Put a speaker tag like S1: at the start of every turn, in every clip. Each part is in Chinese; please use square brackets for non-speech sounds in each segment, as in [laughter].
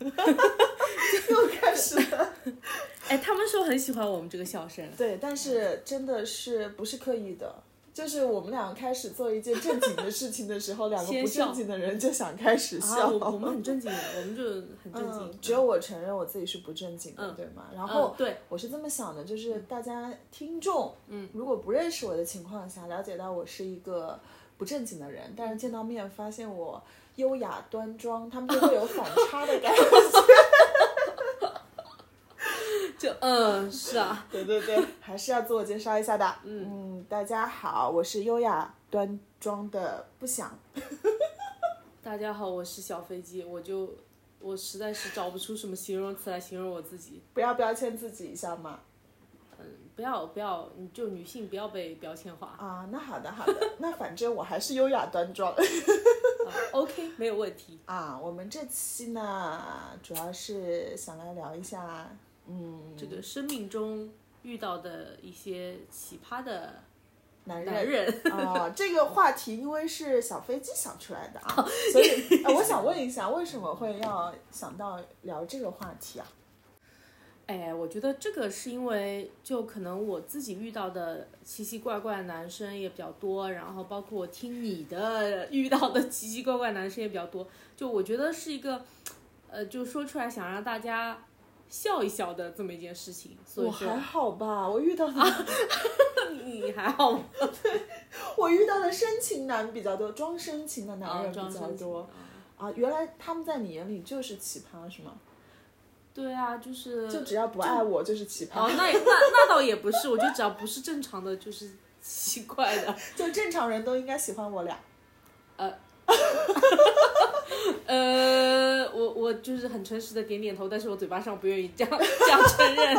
S1: 又 [laughs] 开始了。
S2: [laughs] 哎，他们说很喜欢我们这个笑声，
S1: 对，但是真的是不是刻意的，就是我们俩开始做一件正经的事情的时候，两个
S2: 先
S1: 不
S2: 笑
S1: 正经的人就想开始
S2: 啊，
S1: 笑。
S2: 我我们很正经的， [laughs] 我们就很正经。
S1: 嗯，只有我承认我自己是不正经的，
S2: 嗯
S1: 对吗？然后、
S2: 嗯对，
S1: 我是这么想的，就是大家听众，嗯，如果不认识我的情况下，了解到我是一个不正经的人，但是见到面发现我优雅端庄，他们就会有反差的 [laughs] 感觉。
S2: 就嗯，是啊，
S1: [laughs] 对对
S2: [laughs]
S1: 对，还是要自我介绍一下的。嗯大家好，我是优雅端庄的不想。
S2: 大家好，我是小飞机，我就我实在是找不出什么形容词来形容我自己。
S1: 不要标签自己一下嘛
S2: 嗯，不要不要，你就女性不要被标签化。 [laughs]
S1: 啊！那好的好的，那反正我还是优雅端
S2: [laughs]
S1: 庄。
S2: 啊 OK，没有问题。
S1: 啊，我们这期呢，主要是想来聊一下，嗯，
S2: 这个生命中遇到的一些奇葩的
S1: 男人
S2: 男人，
S1: 啊、这个话题因为是小飞机想出来的
S2: [laughs] 哦
S1: 啊，所以、呃我想问一下，为什么会要想到聊这个话题啊？
S2: 哎，我觉得这个是因为就可能我自己遇到的奇奇怪怪的男生也比较多，然后包括我听你的 [laughs] 遇到的奇奇怪怪男生也比较多，就我觉得是一个，呃，就说出来想让大家笑一笑的这么一件事情，所以
S1: 我
S2: 说
S1: 还好吧，我遇到的、
S2: 你还好吗？
S1: [laughs] 我遇到的深情男比较多，装深情的
S2: 啊
S1: 男人
S2: 装
S1: 比较
S2: 深情
S1: 多
S2: 啊
S1: 啊。原来他们在你眼里就是奇葩是吗？
S2: 对啊，就是
S1: 就只要不爱我就是奇葩， [laughs]
S2: 哦，那也那那倒也不是，我觉得只要不是正常的，就是奇怪的。
S1: 就正常人都应该喜欢我俩。
S2: 呃，我我就是很诚实的点点头，但是我嘴巴上不愿意这样这样承认，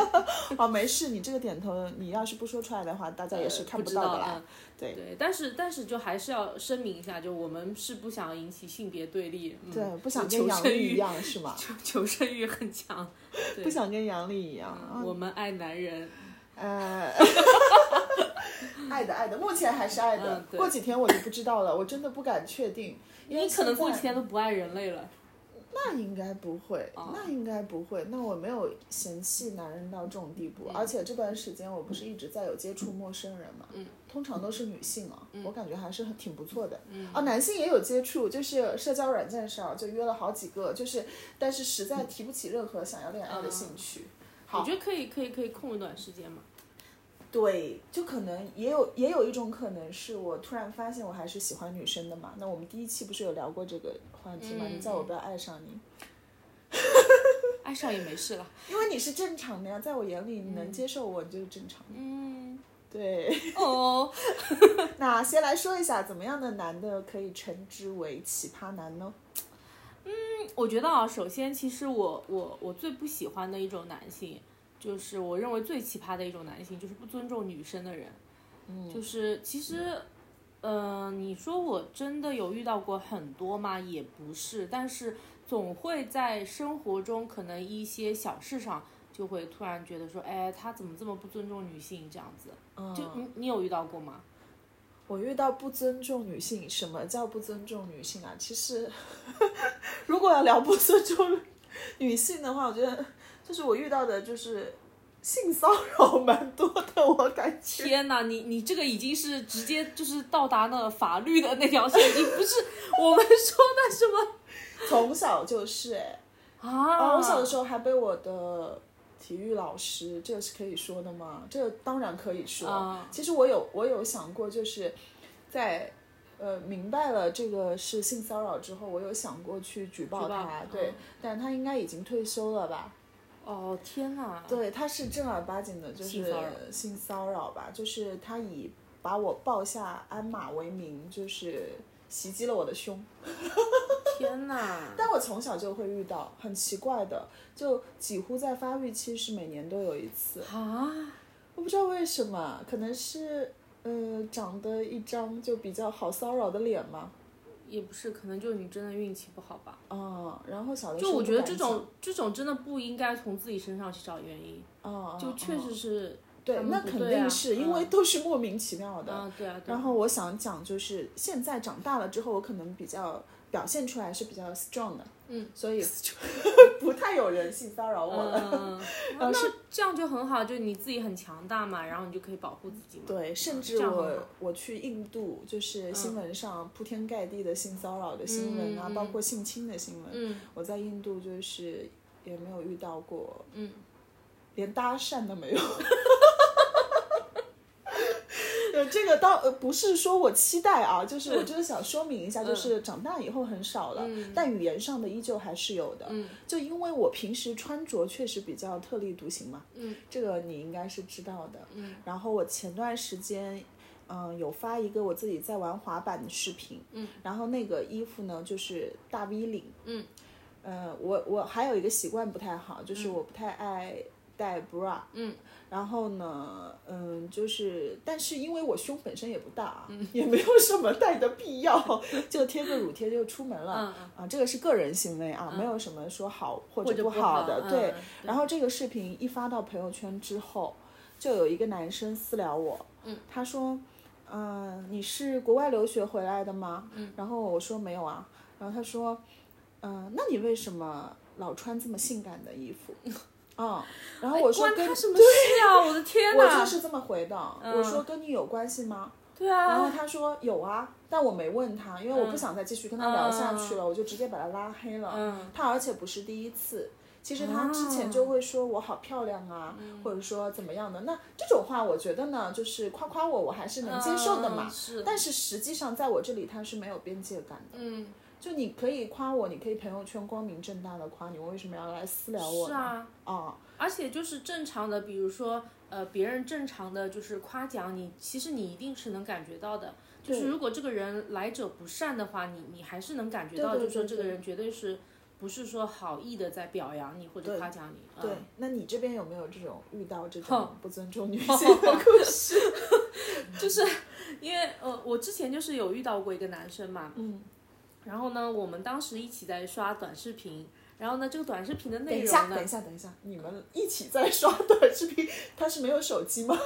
S1: 哦，没事，你这个点头，你要是不说出来的话， [laughs] 大家也是看
S2: 呃不知
S1: 到
S2: 道
S1: 的啦。
S2: 啊。
S1: 对
S2: 对，但是但是就还是要声明一下，就我们是不想引起性别对立，嗯、
S1: 对，不想
S2: 就
S1: 跟
S2: 求
S1: 杨
S2: 生
S1: 丽
S2: 欲
S1: 一样是吗？
S2: 求求生欲很强，对
S1: 不想跟杨丽一样。啊
S2: 嗯我们爱男人，
S1: 呃， [laughs] 爱的爱的，目前还是爱的
S2: 嗯。对
S1: 过几天我就不知道了，我真的不敢确定。因为
S2: 你可
S1: 现在
S2: 能过几天都不爱人类了。
S1: 那应该不会，
S2: 哦
S1: 那应该不会。那我没有嫌弃男人到这种地步，
S2: 嗯
S1: 而且这段时间我不是一直在有接触陌生人嘛，
S2: 嗯
S1: 通常都是女性啊，我感觉还是很挺不错的。
S2: 嗯
S1: 啊，男性也有接触，就是社交软件上就约了好几个，就是但是实在提不起任何想要恋爱的兴趣。好
S2: 我觉得可以可以可以空一段时间嘛。
S1: 对，就可能也有也有一种可能是我突然发现我还是喜欢女生的嘛。那我们第一期不是有聊过这个话题吗？
S2: 嗯
S1: 你叫我不要爱上你，
S2: 爱上也
S1: [laughs]
S2: 没事了，
S1: 因为你是正常的呀，在我眼里你能接受我你就是正常的。
S2: 嗯， [laughs]
S1: 对， [laughs]
S2: 哦，
S1: 那先来说一下怎么样的男的可以称之为奇葩男呢？
S2: 我觉得啊，首先，其实我我我最不喜欢的一种男性，就是我认为最奇葩的一种男性，就是不尊重女生的人。嗯，就是其实，呃，你说我真的有遇到过很多吗？也不是，但是总会在生活中可能一些小事上，就会突然觉得说，哎，他怎么这么不尊重女性这样子？就
S1: 嗯，
S2: 你你有遇到过吗？
S1: 我遇到不尊重女性，什么叫不尊重女性啊？其实， [laughs] 如果要聊不尊重女性的话，我觉得就是我遇到的就是性骚扰蛮多的，我感觉。
S2: [laughs] 天呐，你你这个已经是直接就是到达了法律的那条线，已经不是 [laughs] 我们说的什么
S1: 从小就是哎、
S2: 啊！
S1: 啊，我小的时候还被我的体育老师，这个是可以说的吗？这个当然可以说。
S2: 啊
S1: 其实我有我有想过，就是在呃明白了这个是性骚扰之后，我有想过去举报
S2: 举报
S1: 他，
S2: 嗯
S1: 对，但他应该已经退休了吧？
S2: 哦
S1: [laughs]
S2: 天呐，
S1: 对，他是正儿八经的，就是
S2: 性骚扰
S1: 性骚扰吧，就是他以把我抱下鞍马为名，就是袭击了我的胸。
S2: 天呐，
S1: 但我从小就会遇到，很奇怪的，就几乎在发育期是每年都有一次。
S2: 啊！
S1: 我不知道为什么，可能是呃长得一张就比较好骚扰的脸嘛。
S2: 也不是，可能就你真的运气不好吧。
S1: 嗯，然后小的时
S2: 就
S1: 候
S2: 我
S1: 不
S2: 觉得
S1: 敢
S2: 这
S1: 讲，
S2: 种这种真的不应该从自己身上去找原因，啊
S1: 嗯，
S2: 就
S1: 嗯
S2: 确实是
S1: 嗯对
S2: 他，们
S1: 那
S2: 不
S1: 肯
S2: 对啊
S1: 定是因为都是莫名其妙的。
S2: 啊，对啊，对啊
S1: 然后我想讲，就是现在长大了之后，我可能比较表现出来是比较 strong 的，
S2: 嗯，
S1: 所以 [laughs] 不太有人性骚扰我了。
S2: 嗯，
S1: [laughs]
S2: 那这样就很好，就你自己很强大嘛，然后你就可以保护自己嘛。
S1: 对，甚至
S2: 嗯这样很
S1: 我
S2: 好嗯
S1: 我去印度，就是新闻上铺天盖地的性骚扰的新闻啊，
S2: 嗯嗯
S1: 包括性侵的新闻，
S2: 嗯
S1: 我在印度就是也没有遇到过，
S2: 嗯，
S1: 连搭讪都没有。对，这个倒呃不是说我期待啊，就是
S2: 嗯
S1: 我就是想说明一下，就是长大以后很少了，但语言上的依旧还是有的。
S2: 嗯，
S1: 就因为我平时穿着确实比较特立独行嘛，
S2: 嗯，
S1: 这个你应该是知道的。
S2: 嗯，
S1: 然后我前段时间。嗯，有发一个我自己在玩滑板的视频，
S2: 嗯，
S1: 然后那个衣服呢就是大 V 领，
S2: 嗯，
S1: 呃，我我还有一个习惯不太好，就是我不太爱戴 bra，
S2: 嗯，
S1: 然后呢，嗯，就是，但是因为我胸本身也不大，啊
S2: 嗯
S1: 也没有什么戴的必
S2: [laughs]
S1: 要，就贴个乳贴就出门了。啊，这个是个人行为啊，没有什么说好或
S2: 嗯或者
S1: 者不
S2: 不好
S1: 的。
S2: 嗯
S1: 对
S2: 对，
S1: 然后这个视频一发到朋友圈之后，就有一个男生私聊我，嗯，他说，嗯、你是国外留学回来的吗？嗯，然后我说没有啊，然后他说，嗯、那你为什么老穿这么性感的衣服？ [laughs] 嗯，然后我说
S2: 哎关
S1: 跟
S2: 他什么事啊？我的天
S1: 我就
S2: 哪！
S1: 是这么回的。我说跟你有关系吗？
S2: 对
S1: 然后
S2: 啊，
S1: 他说有啊，但我没问他，因为我不想再继续跟他聊下去了，我就直接把他拉黑了。
S2: 嗯
S1: 他而且不是第一次。其实他之
S2: 哦
S1: 前就会说我好漂亮啊，或者说怎么样的，那这种话我觉得呢，就是夸夸我，我还是能接受的嘛。
S2: 嗯是
S1: 但是实际上在我这里他是没有边界感的，
S2: 嗯，
S1: 就你可以夸我，你可以朋友圈光明正大的夸你，我为什么要来私聊我
S2: 是
S1: 呢？
S2: 啊。
S1: 啊，
S2: 而且就是正常的，比如说呃，别人正常的就是夸奖你，其实你一定是能感觉到的。就是如果这个人来者不善的话，你你还是能感觉到，
S1: 对对
S2: 就是说
S1: 对
S2: 这个人绝对是不是说好意的在表扬你或者夸奖你。
S1: 对
S2: 嗯，
S1: 那你这边有没有这种遇到这种
S2: 哼
S1: 不尊重女性的故事？
S2: 因为呃，我之前就是有遇到过一个男生嘛，
S1: 嗯，
S2: 然后呢，我们当时一起在刷短视频，然后呢，这个短视频的
S1: 等
S2: 内
S1: 一
S2: 容
S1: 下，
S2: 呢
S1: 等一，下，等一下，你们一起在刷短视频，他是没有手机吗？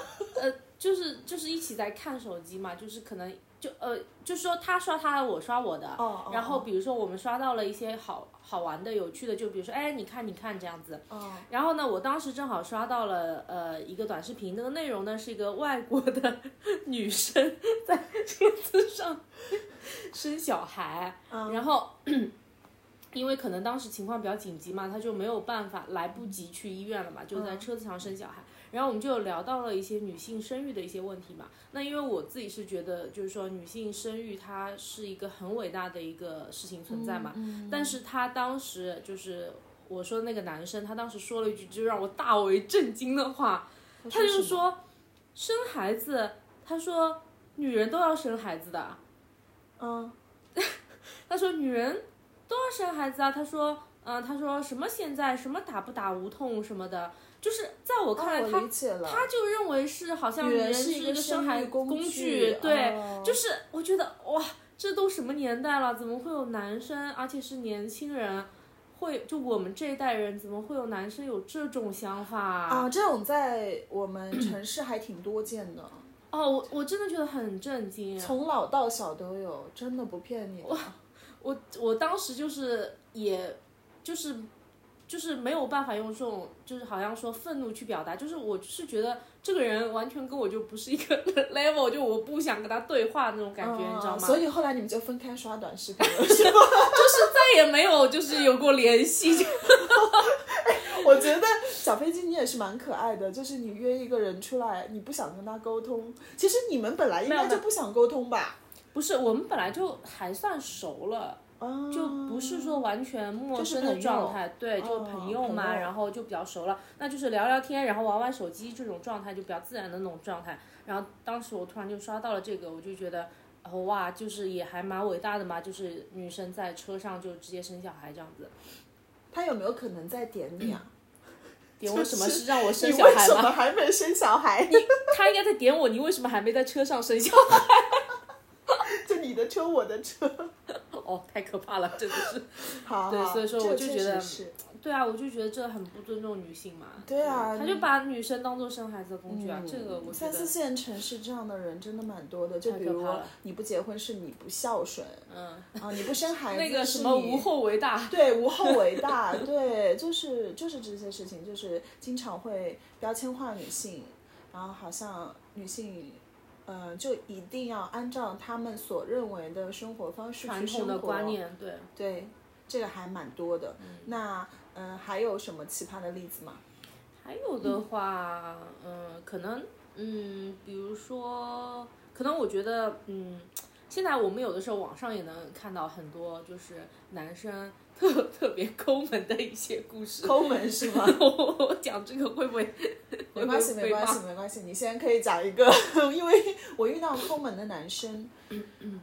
S2: 呃就是就是一起在看手机嘛，就是可能就呃，就是说他刷他的，我刷我的，
S1: 哦哦
S2: 然后比如说我们刷到了一些好好玩的、有趣的，就比如说哎，你看你看这样子。
S1: 哦，
S2: 然后呢，我当时正好刷到了呃一个短视频，那个内容呢是一个外国的女生在桌子上生小孩，
S1: 嗯
S2: 然后。 [clears throat] 因为可能当时情况比较紧急嘛，她就没有办法，来不及去医院了嘛，就在
S1: 嗯
S2: 车子上生小孩。然后我们就有聊到了一些女性生育的一些问题嘛。那因为我自己是觉得，就是说女性生育它是一个很伟大的一个事情存在嘛。但是他当时就是我说那个男生，他当时说了一句就让我大为震惊的话，他就是说生孩子，他说女人都要生孩子的，
S1: 嗯，
S2: [laughs] 他说女人都要生孩子啊，他说嗯、呃他说什么现在什么打不打无痛什么的，就是在我看来
S1: 哦
S2: 他。
S1: 我理解了，
S2: 他就认为是好像
S1: 女人
S2: 是
S1: 是
S2: 一
S1: 一
S2: 个
S1: 个
S2: 生
S1: 生
S2: 孩
S1: 育工
S2: 工嗯
S1: 具
S2: 对，
S1: 哦
S2: 就是我觉得哇，这都什么年代了，怎么会有男生，而且是年轻人，会就我们这一代人，怎么会有男生有这种想法啊？
S1: 啊，这种在我们城市还挺多见的，
S2: 哦，我我真的觉得很震惊，
S1: 从老到小都有，真的不骗你的。
S2: 我我当时就是也就是。就是没有办法用这种，就是好像说愤怒去表达，就是我是觉得这个人完全跟我就不是一个 [laughs] level，就我不想跟他对话那种感觉，
S1: 嗯
S2: 你知道吗？
S1: 所以后来你们就分开刷短视频了， [laughs] 是吧？
S2: 就是再也没有就是有过联系，就
S1: 我觉得小飞机你也是蛮可爱的，就是你约一个人出来，你不想跟他沟通，其实你们本来应
S2: 没有
S1: 该
S2: 没有
S1: 就不想沟通吧？
S2: 不是我们本来就还算熟了，
S1: 啊，
S2: 呃就不是说完全陌生
S1: 就
S2: 的
S1: 是朋友
S2: 状态，对，
S1: 哦
S2: 就朋友嘛，
S1: 朋友
S2: 然后就比较熟了，那就是聊聊天，然后玩玩手机这种状态，就比较自然的那种状态。然后当时我突然就刷到了这个，我就觉得。哦哇，就是也还蛮伟大的嘛，就是女生在车上就直接生小孩这样子，
S1: 他有没有可能在点你啊？
S2: 点我什么
S1: 就是
S2: 是让我生
S1: 你
S2: 小
S1: 为
S2: 孩
S1: 什
S2: 吗？
S1: 么还没生小孩？ [laughs]
S2: 他应该在点我，你为什么还没在车上生小
S1: 就你的车，我的车。
S2: 孩？哦，太可怕了，真的是。
S1: 好，
S2: 对
S1: 好
S2: 所以说
S1: 这
S2: 我
S1: 个
S2: 就
S1: 确
S2: 觉得
S1: 实是
S2: 对啊，我就觉得这很不尊重女性嘛。
S1: 对啊
S2: 他就把女生当做生孩子的工具啊，
S1: 嗯
S2: 这个我觉
S1: 三
S2: 得
S1: 四，线城市这样的人真的蛮多的，就
S2: 太
S1: 比
S2: 可
S1: 如
S2: 怕了
S1: 你不结婚是你不孝顺
S2: 嗯，
S1: 啊，你不生孩子
S2: [laughs] 那个
S1: 是
S2: 什么
S1: 你
S2: 无后为大，
S1: 对无后为大，对，就是就是这些事情，就是经常会标签化女性，然后好像女性，呃，就一定要按照他们所认为的生活方式
S2: 传
S1: 去生
S2: 统
S1: 活。
S2: 的观念，对，
S1: 对，这个还蛮多的。那嗯、呃还有什么奇葩的例子
S2: [laughs]
S1: 吗？
S2: 还有的话，嗯、可能，嗯，比如说，可能我觉得，嗯，现在我们有的时候网上也能看到很多就是男生特特别抠门的一些故事。 [laughs]
S1: 抠门是吗？
S2: 我我讲这个会不会？
S1: 没关系，
S2: 会
S1: 没
S2: 被骂
S1: 关系，没关系。你现在可以讲一个， [laughs] 因为我遇到抠门的男生，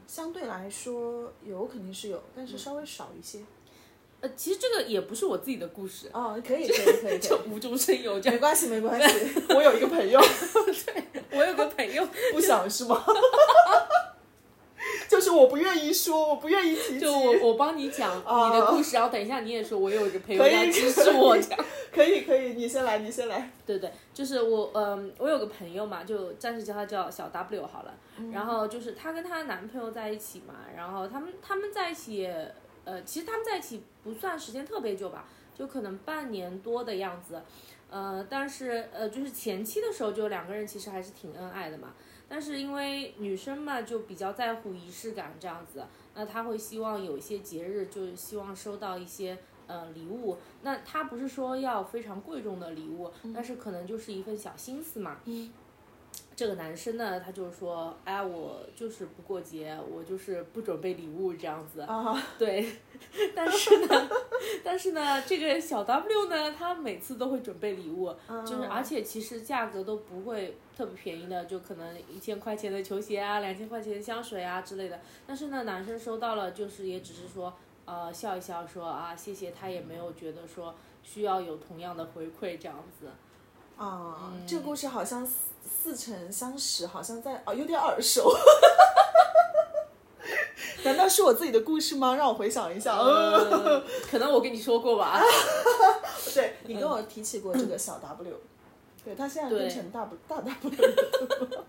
S1: 相对来说有肯定是有，但是稍微少一些。
S2: 呃，其实这个也不是我自己的故事，
S1: 哦，可以，可以， [laughs] 可以，可
S2: 就
S1: 以。
S2: 无中生有这样。
S1: 没关系，没关系。 [laughs] 我有一个朋友
S2: [laughs] 我有个朋友，
S1: 不想是吗？ [laughs] 就是我不愿意说，我不愿意提起
S2: 就，我我帮你讲
S1: 哦
S2: 你的故事，然后等一下你也说，我有一个朋友
S1: 可以
S2: 要支持我这样。
S1: 可以，可以，你先来，你先来。
S2: 对对，就是我，嗯，我有个朋友嘛，就暂时叫她叫小 W 好了。然后就是她跟她男朋友在一起嘛，然后他们他们在一起也，呃，其实他们在一起不算时间特别久吧，就可能半年多的样子。呃，但是呃，就是前期的时候，就两个人其实还是挺恩爱的嘛。但是因为女生嘛，就比较在乎仪式感这样子，那她会希望有一些节日，就是希望收到一些呃礼物。那她不是说要非常贵重的礼物，但是可能就是一份小心思嘛。
S1: 嗯。
S2: 这个男生呢，他就是说，哎，我就是不过节，我就是不准备礼物这样子。
S1: 啊， [laughs]
S2: 对，但是呢，但是呢，这个小 W 呢，他每次都会准备礼物，
S1: 啊
S2: 就是而且其实价格都不会特别便宜的，就可能一千块钱的球鞋啊，两千块钱的香水啊之类的。但是呢，男生收到了，就是也只是说，呃，笑一笑说啊谢谢，他也没有觉得说需要有同样的回馈这样 [laughs] 子。
S1: 啊，这个故事好像似似曾相识，好像在哦，有点耳熟。 [laughs] 难道是我自己的故事吗？让我回想一下。呃，
S2: 呃，可能我跟你说过 [laughs] 吧，
S1: 对你跟我提起过这个小 W，对他现在
S2: 对
S1: 变成大 W 大 W 了。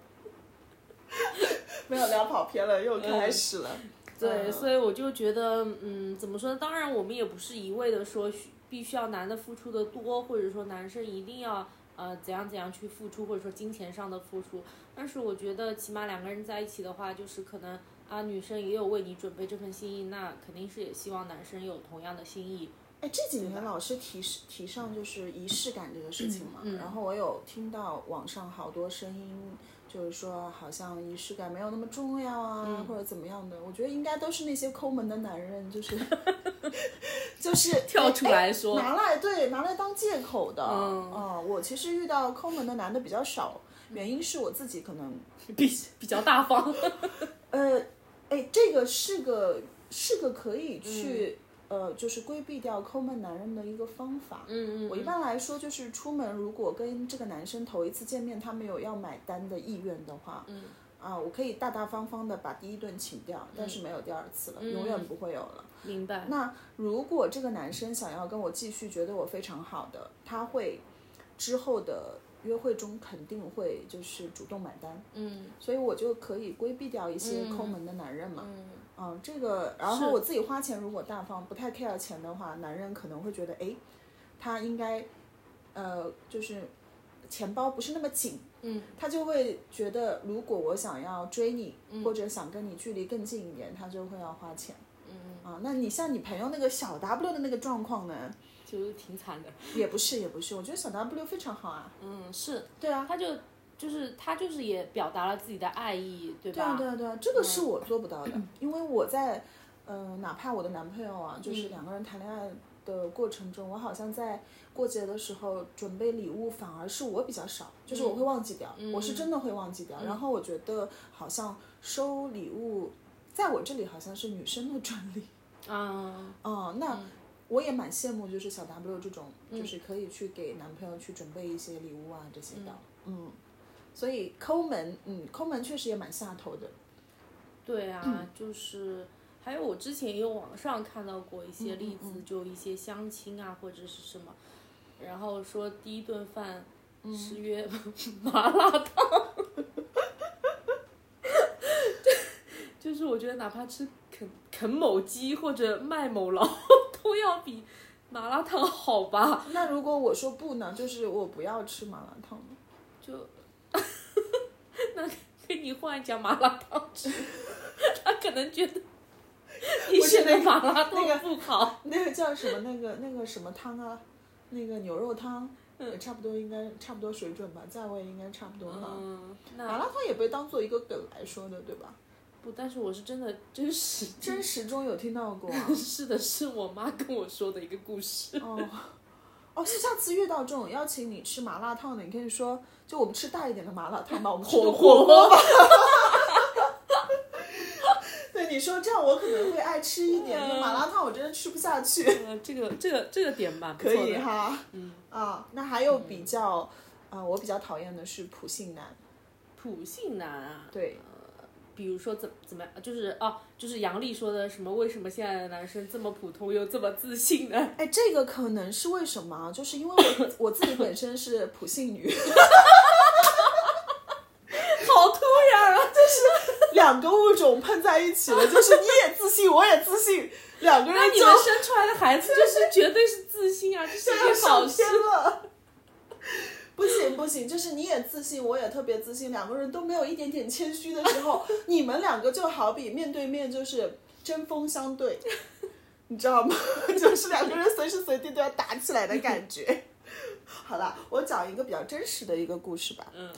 S1: 没有聊跑偏了，又开始了。
S2: 对，
S1: 嗯
S2: 所以我就觉得，嗯，怎么说呢？当然，我们也不是一味的说需必须要男的付出的多，或者说男生一定要呃怎样怎样去付出，或者说金钱上的付出。但是我觉得，起码两个人在一起的话，就是可能啊，女生也有为你准备这份心意，那肯定是也希望男生有同样的心意。
S1: 哎，这几年老师提示提倡就是仪式感这个事情嘛，
S2: 嗯嗯
S1: 然后我有听到网上好多声音，就是说好像仪式感没有那么重要啊，或者怎么样的。我觉得应该都是那些抠门的男人，就是 [laughs] 就是
S2: 跳出来
S1: 哎
S2: 说
S1: 拿来对拿来当借口的。
S2: 嗯
S1: 哦我其实遇到抠门的男的比较少，原因是我自己可能
S2: 比比较大方，
S1: 呃，哎，这个是个是个可以去、
S2: 嗯
S1: 呃，就是规避掉抠门男人的一个方法。
S2: 嗯嗯
S1: 我一般来说就是出门，如果跟这个男生头一次见面，他没有要买单的意愿的话，
S2: 嗯，
S1: 啊，我可以大大方方的把第一顿请掉，但是没有第二次了，
S2: 嗯
S1: 永远不会有了。
S2: 明白。
S1: 那如果这个男生想要跟我继续，觉得我非常好的，他会之后的约会中肯定会就是主动买单，
S2: 嗯
S1: 所以我就可以规避掉一些抠门的男人嘛。
S2: 嗯，
S1: 嗯，这个，然后
S2: 是
S1: 我自己花钱如果大方，不太 care 钱的话，男人可能会觉得，哎，他应该，呃，就是钱包不是那么紧，
S2: 嗯，
S1: 他就会觉得，如果我想要追你，或者想跟你距离更近一点，他就会要花钱。
S2: 嗯
S1: 啊，那你像你朋友那个小 W 的那个状况呢，
S2: 就挺惨的。
S1: 也不是，也不是，我觉得小 W 非常好啊。
S2: 嗯，是。
S1: 对啊，
S2: 他就就是他就是也表达了自己的爱意，对
S1: 对啊，
S2: 吧？嗯
S1: 对啊，对啊，这个是我做不
S2: [clears throat]
S1: 到的，因为我在，嗯、哪怕我的男朋友啊，
S2: 嗯
S1: 就是两个人谈恋爱的过程中，我好像在过节的时候准备礼物，反而是我比较少，就是
S2: 嗯
S1: 我会忘记掉，我是真的会忘记掉。然后我觉得好像收礼物，在我这里好像是女生的专利。
S2: 嗯，嗯
S1: 哦、那我也蛮羡慕，就是小 W 这种，就是可以去给男朋友去准备一些礼物啊这些的，嗯。所以抠门，嗯，抠门确实也蛮下头的，
S2: 对啊，就是还有我之前也有网上看到过一些例子，就一些相亲啊或者是什么，然后说第一顿饭是约 [laughs] 麻辣烫， [laughs] [laughs] 就是我觉得哪怕吃肯肯某鸡或者麦某劳都要比。麻辣烫好吧，
S1: 那如果我说不呢，就是我不要吃麻辣烫呢？
S2: 就那跟你换一家麻辣烫吃，他可能觉得你
S1: 不是
S2: 选
S1: 那
S2: 的
S1: 个
S2: 麻辣
S1: 那个
S2: 烫不好。
S1: [laughs] 那个叫什么？那个那个什么汤啊？那个牛肉汤，也差不多应该差不多水准吧，价位应该差不多哈。
S2: 嗯嗯，
S1: 麻
S2: 那
S1: 辣烫也被当做一个梗来说的，对吧？
S2: 不，但是我是真的真实
S1: 真实中有听到过、啊。
S2: [laughs] 是的，是我妈跟我说的一个故事。
S1: 哦，哦，是下次遇到这种邀请你吃麻辣烫的，你可以说，就我们吃大一点的麻辣烫吧，我们吃个火锅吧。 [laughs] 对，你说这样我可能会爱吃一点，
S2: 嗯
S1: 就麻辣烫我真的吃不下去。
S2: 呃，这个这个这个点蛮不
S1: 可
S2: 错
S1: 以
S2: 的。
S1: 哈，嗯啊，那还有比较，啊、我比较讨厌的是普信男，
S2: 普信男啊，
S1: 对，
S2: 比如说怎怎么样，就是哦，就是杨笠说的什么？为什么现在的男生这么普通又这么自信呢？
S1: 哎，这个可能是为什么啊？就是因为
S2: [coughs]
S1: 我我自己本身是普信女，
S2: 好突然啊！
S1: 两个物种碰在一起了，就是你也自信，我也自信，两个人
S2: 那你
S1: 就
S2: 们生出来的孩子就是绝对是自信
S1: [laughs]
S2: 啊，[laughs] 这是一
S1: 要
S2: 件好
S1: 上
S2: 事
S1: 天。了。不行不行，就是你也自信，我也特别自信，两个人都没有一点点谦虚的时候，你们两个就好比面对面就是针锋相对， [laughs] 你知道吗？ [laughs] 就是两个人随时随地都要打起来的感觉。好了，我讲一个比较真实的一个故事吧，
S2: 嗯，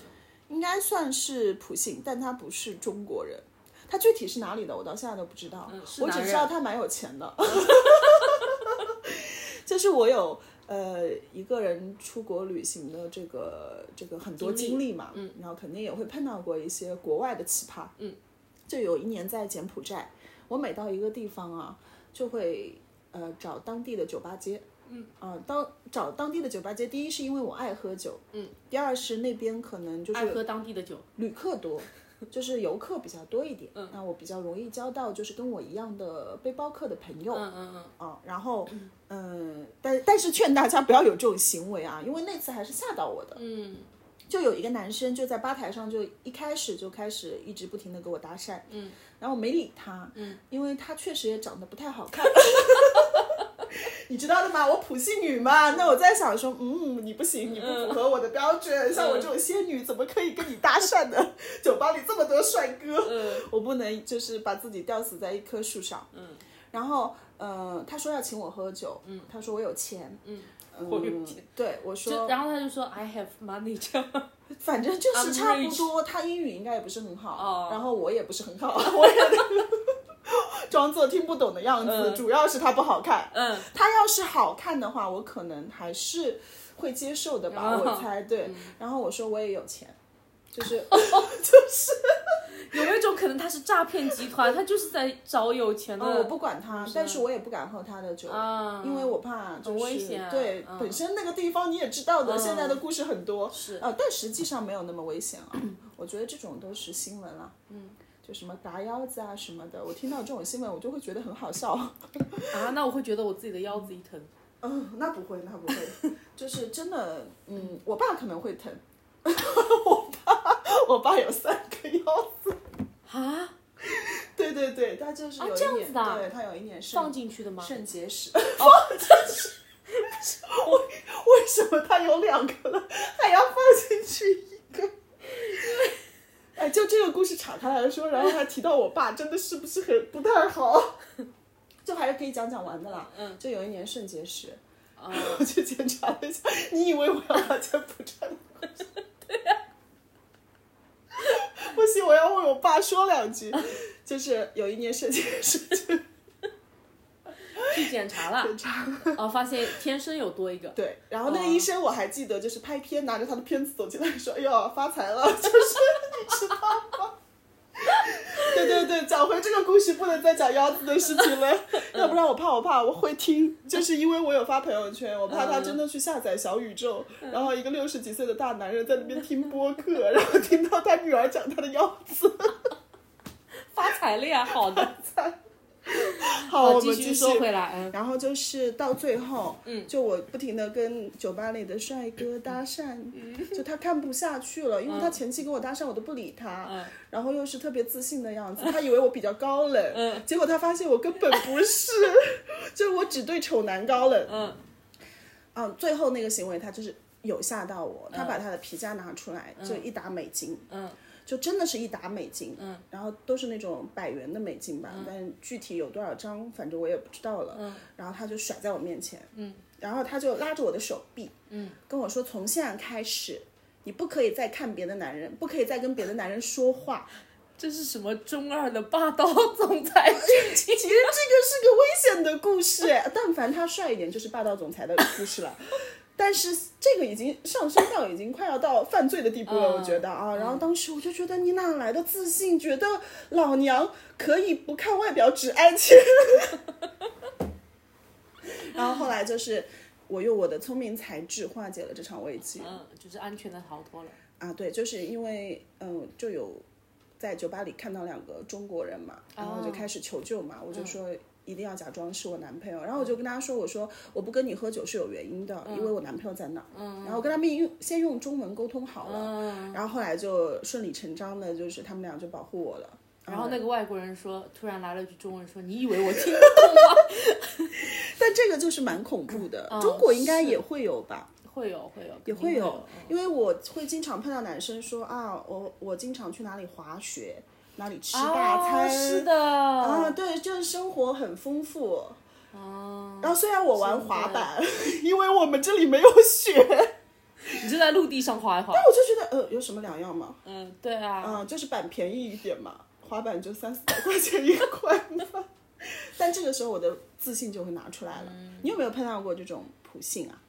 S1: 应该算是普信，但他不是中国人，他具体是哪里的我到现在都不知道，
S2: 嗯是
S1: 我只
S2: 哪
S1: 知道
S2: 人
S1: 他蛮有钱
S2: [laughs]
S1: 的。就是我有呃一个人出国旅行的这个这个很多经
S2: 经历
S1: 历嘛，嗯，然后肯定也会碰到过一些国外的奇葩，
S2: 嗯，
S1: 就有一年在柬埔寨，我每到一个地方啊，就会呃找当地的酒吧街。嗯啊、当找当地的酒吧街，第一是因为我爱喝酒，嗯，第二是那边可能就是
S2: 爱喝当地的酒，
S1: 旅客多，就是游客比较多一点。那我比较容易交到就是跟我一样的背包客的朋友。
S2: 嗯嗯嗯，
S1: 啊，然后，嗯，但但是劝大家不要有这种行为啊，因为那次还是吓到我的。
S2: 嗯，
S1: 就有一个男生就在吧台上，就一开始就开始一直不停的给我搭讪，嗯，然后我没理他，嗯，因为他确实也长得不太好看， [laughs] 你知道的嘛，我普信女嘛，那我在想说，嗯，你不行，你不符合我的标准，像我这种仙女怎么可以跟你搭讪呢？ [laughs] 酒吧里这么多帅哥，
S2: 嗯
S1: [laughs] 我不能就是把自己吊死在一棵树上，
S2: 嗯，
S1: 然后，呃，他说要请我喝酒，嗯，他说我有钱，嗯，
S2: 我有钱
S1: 对我说
S2: 就，然后他就说 I have money 这样。
S1: 反正就是
S2: I'm
S1: 差不多。他英语应该也不是很好
S2: 啊哦
S1: 然后我也不是很好，我也 [laughs] 装作听不懂的样子。
S2: 嗯
S1: 主要是他不好 [laughs] 看，
S2: 嗯，
S1: 他要是好看的话，我可能还是会接受的吧，
S2: 哦
S1: 我猜对、然后我说我也有钱，就是
S2: [laughs] 有没有一种可能他是诈骗集团，他就是在找
S1: [laughs]
S2: 有钱的？
S1: 呃我不管他，但是我也不敢喝他的酒。
S2: 啊，
S1: 因为我怕就是
S2: 危险啊
S1: 对、
S2: 嗯
S1: 本身那个地方你也知道的，现在的故事很多
S2: 是
S1: 啊，但实际上没有那么危险啊。我觉得这种都是新闻啊，嗯，就什么打腰子啊什么的，我听到这种新闻我就会觉得很好 [laughs] 笑。
S2: 啊，那我会觉得我自己的腰子一疼。
S1: 嗯，那不会，那不会， [laughs] 就是真的，嗯，我爸可能会疼，我爸我爸有三个腰子，
S2: 啊，
S1: 对对对，他就是
S2: 啊
S1: 有一
S2: 这样
S1: 年，
S2: 子的啊
S1: 对他有一年是
S2: 放进去
S1: [laughs]
S2: 的吗？哦
S1: 肾结石，肾结 [laughs] 石，为为什么他有两个了，还要放进去一
S2: [laughs]
S1: 个？哎，就这个故事岔开来说，然后还提到我爸，真的是不是很不太好？
S2: [laughs]
S1: 就还是可以讲讲玩的啦。嗯，就有一年肾结石，[laughs]
S2: 啊，
S1: 我去检查了一下，你以为我要把柬埔寨的故
S2: [laughs]
S1: 事？对啊 [laughs] 呀、不行，我要为我爸说两句。就是有一年肾结石就
S2: 去检查了，
S1: [laughs] 检查了。
S2: [laughs] 哦，发现天生有多一个。 [laughs]
S1: 对，然后那个
S2: 哦
S1: 医生我还记得，就是拍片拿着他的片子走进来说：“哎呦，发财
S2: [laughs]
S1: 了！”就是你知道吗？ [laughs] 对对对，讲回这个故事，不能再讲腰子的事情
S2: [laughs]
S1: 了，要不然我怕我怕我会听，就是因为我有发朋友圈，我怕他真的去下载小宇宙，
S2: 嗯
S1: 然后一个六十几岁的大男人在那边听播客，然后听到他女儿讲他的腰子，
S2: 发财了呀，好的。
S1: [laughs] 好，我
S2: 继
S1: 们
S2: 续
S1: 继续
S2: 说回来，嗯，
S1: 然后就是到最后，嗯，就我不停的跟酒吧里的帅哥搭讪，就他看不下去了，因为他前期跟我搭讪，我都不理他，然后又是特别自信的样子，他以为我比较高冷， [laughs] 结果他发现我根本不 [laughs] 是，就是我只对丑男高冷，嗯，最后那个行为他就是有吓到我，他把他的皮夹拿出来，就一打美金，嗯。就真的是一打美金，嗯，然后都是那种百元的美金吧，但是具体有多少张，反正我也不知道了，嗯，然后他就甩在我面前，嗯，然后他就拉着我的手臂，嗯，跟我说从现在开始，你不可以再看别的男人，不可以再跟别的男人说话，
S2: 这是什么中二的霸道总裁剧情？
S1: 其实这个是个危险的故事
S2: [laughs]
S1: 哎，但凡他帅一点，就是霸道总裁的故事了。但是这个已经上升到已经快要到犯罪的地步了，
S2: 嗯
S1: 我觉得啊。然后当时我就觉得你哪来的自信，觉得老娘可以不看外表只爱
S2: [laughs]
S1: 钱。然后后来就是我用我的聪明才智化解了这场危机。
S2: 嗯，就是安全的逃脱了。
S1: 啊，对，就是因为嗯，就有在酒吧里看到两个中国人嘛，然后
S2: 哦
S1: 就开始求救嘛，
S2: 嗯
S1: 我就说。一定要假装是我男朋友，然后我就跟他说：“我说我不跟你喝酒是有原因的，因
S2: 嗯
S1: 为我男朋友在那儿。然后我跟他们用先用中文沟通好了，
S2: 嗯
S1: 然后后来就顺理成章的，就是他们俩就保护我了。
S2: 然后那个外国人说，突然来了句中文说：“你以为我听不懂
S1: 但这个就是蛮恐怖的，
S2: 嗯
S1: 中国应该
S2: 是哦
S1: 也会有 [laughs] 吧？
S2: 吗？”会有，会有，
S1: 也
S2: 肯定会
S1: 有，因为我会经常碰到男生说啊，我我经常去哪里滑雪，哪里吃大餐，
S2: 啊是的，
S1: 啊，对，就是生活很丰富。嗯
S2: 哦，
S1: 然后虽然我玩
S2: 是的
S1: 滑板，因为我们这里没有雪，但
S2: 你就在陆地上滑一滑。
S1: 我就觉得呃，有什么两样嘛？
S2: 嗯，对啊，
S1: 啊，就是板便宜一点嘛，滑板就三四百块钱一块嘛。 [laughs] 但这个时候我的自信就会拿出来了。
S2: 嗯
S1: 你有没有碰到过这种普信啊？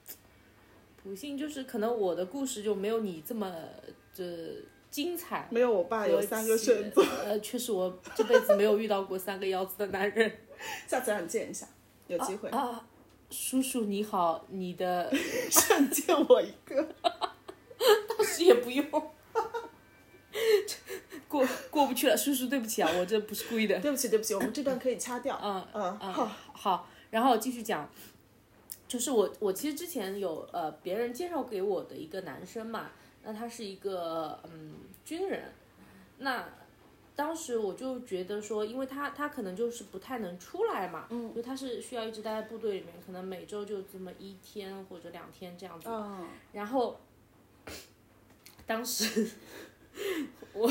S2: 不幸就是可能我的故事就没有你这么这精彩。
S1: 没有，我爸有三个选择，，
S2: 呃，确实我这辈子没有遇到过三个腰子的男人。
S1: 下次让你见一下，有 [laughs] 机会。 [laughs]
S2: 啊，叔叔你好，你的
S1: 上见我一个，
S2: 当时也不用， [laughs] 过过不去了，叔叔对不起啊，我这不是故意的。
S1: 对不起对不起，我们这段可以掐掉。
S2: 嗯
S1: 嗯，
S2: 嗯，
S1: 好，
S2: 好，然后继续讲，就是我我其实之前有呃别人介绍给我的一个男生嘛，那他是一个嗯军人，那当时我就觉得说，因为他他可能就是不太能出来嘛，嗯，就他是需要一直待在部队里面，可能每周就这么一天或者两天这样子，
S1: 嗯，
S2: 然后当时 [laughs] 我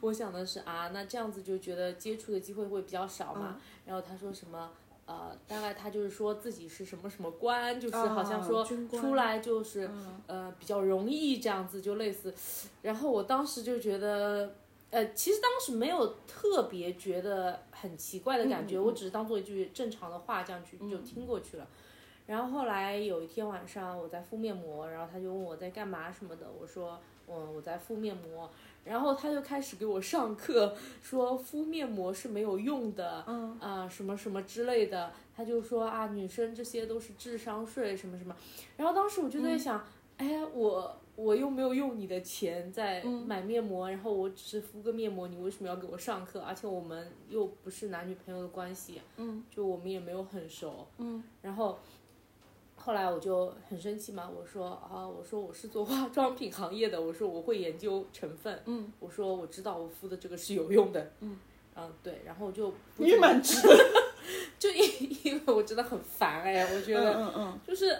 S2: 我想的是啊，那这样子就觉得接触的机会会比较少
S1: 嗯
S2: 嘛。然后他说什么？呃，大概他就是说自己是什么什么官，就是
S1: 啊
S2: 好像说
S1: 军官嗯
S2: 出来就是、呃比较容易这样子，就类似。然后我当时就觉得，呃，其实当时没有特别觉得很奇怪的
S1: 嗯
S2: 感觉，我只是当做一句正常的话这样去就听过去了。然后后来有一天晚上我在敷面膜，然后他就问我在干嘛什么的，我说我我在敷面膜，然后他就开始给我上课，说敷面膜是没有用的，嗯啊、什么什么之类的，他就说啊女生这些都是智商税什么什么，然后当时我就在想，哎我。我又没有用你的钱在买面膜，然后我只是敷个面膜，你为什么要给我上课？而且我们又不是男女朋友的关系，嗯，就我们也没有很熟，嗯，然后后来我就很生气嘛，我说啊，我说我是做化妆品行业的，我说我会研究成分，嗯，我说我知道我敷的这个是有用的，嗯，嗯对，然后就
S1: 你也蛮值得
S2: [laughs] 就因因为我真的很烦哎，我觉得
S1: 嗯嗯。
S2: 就是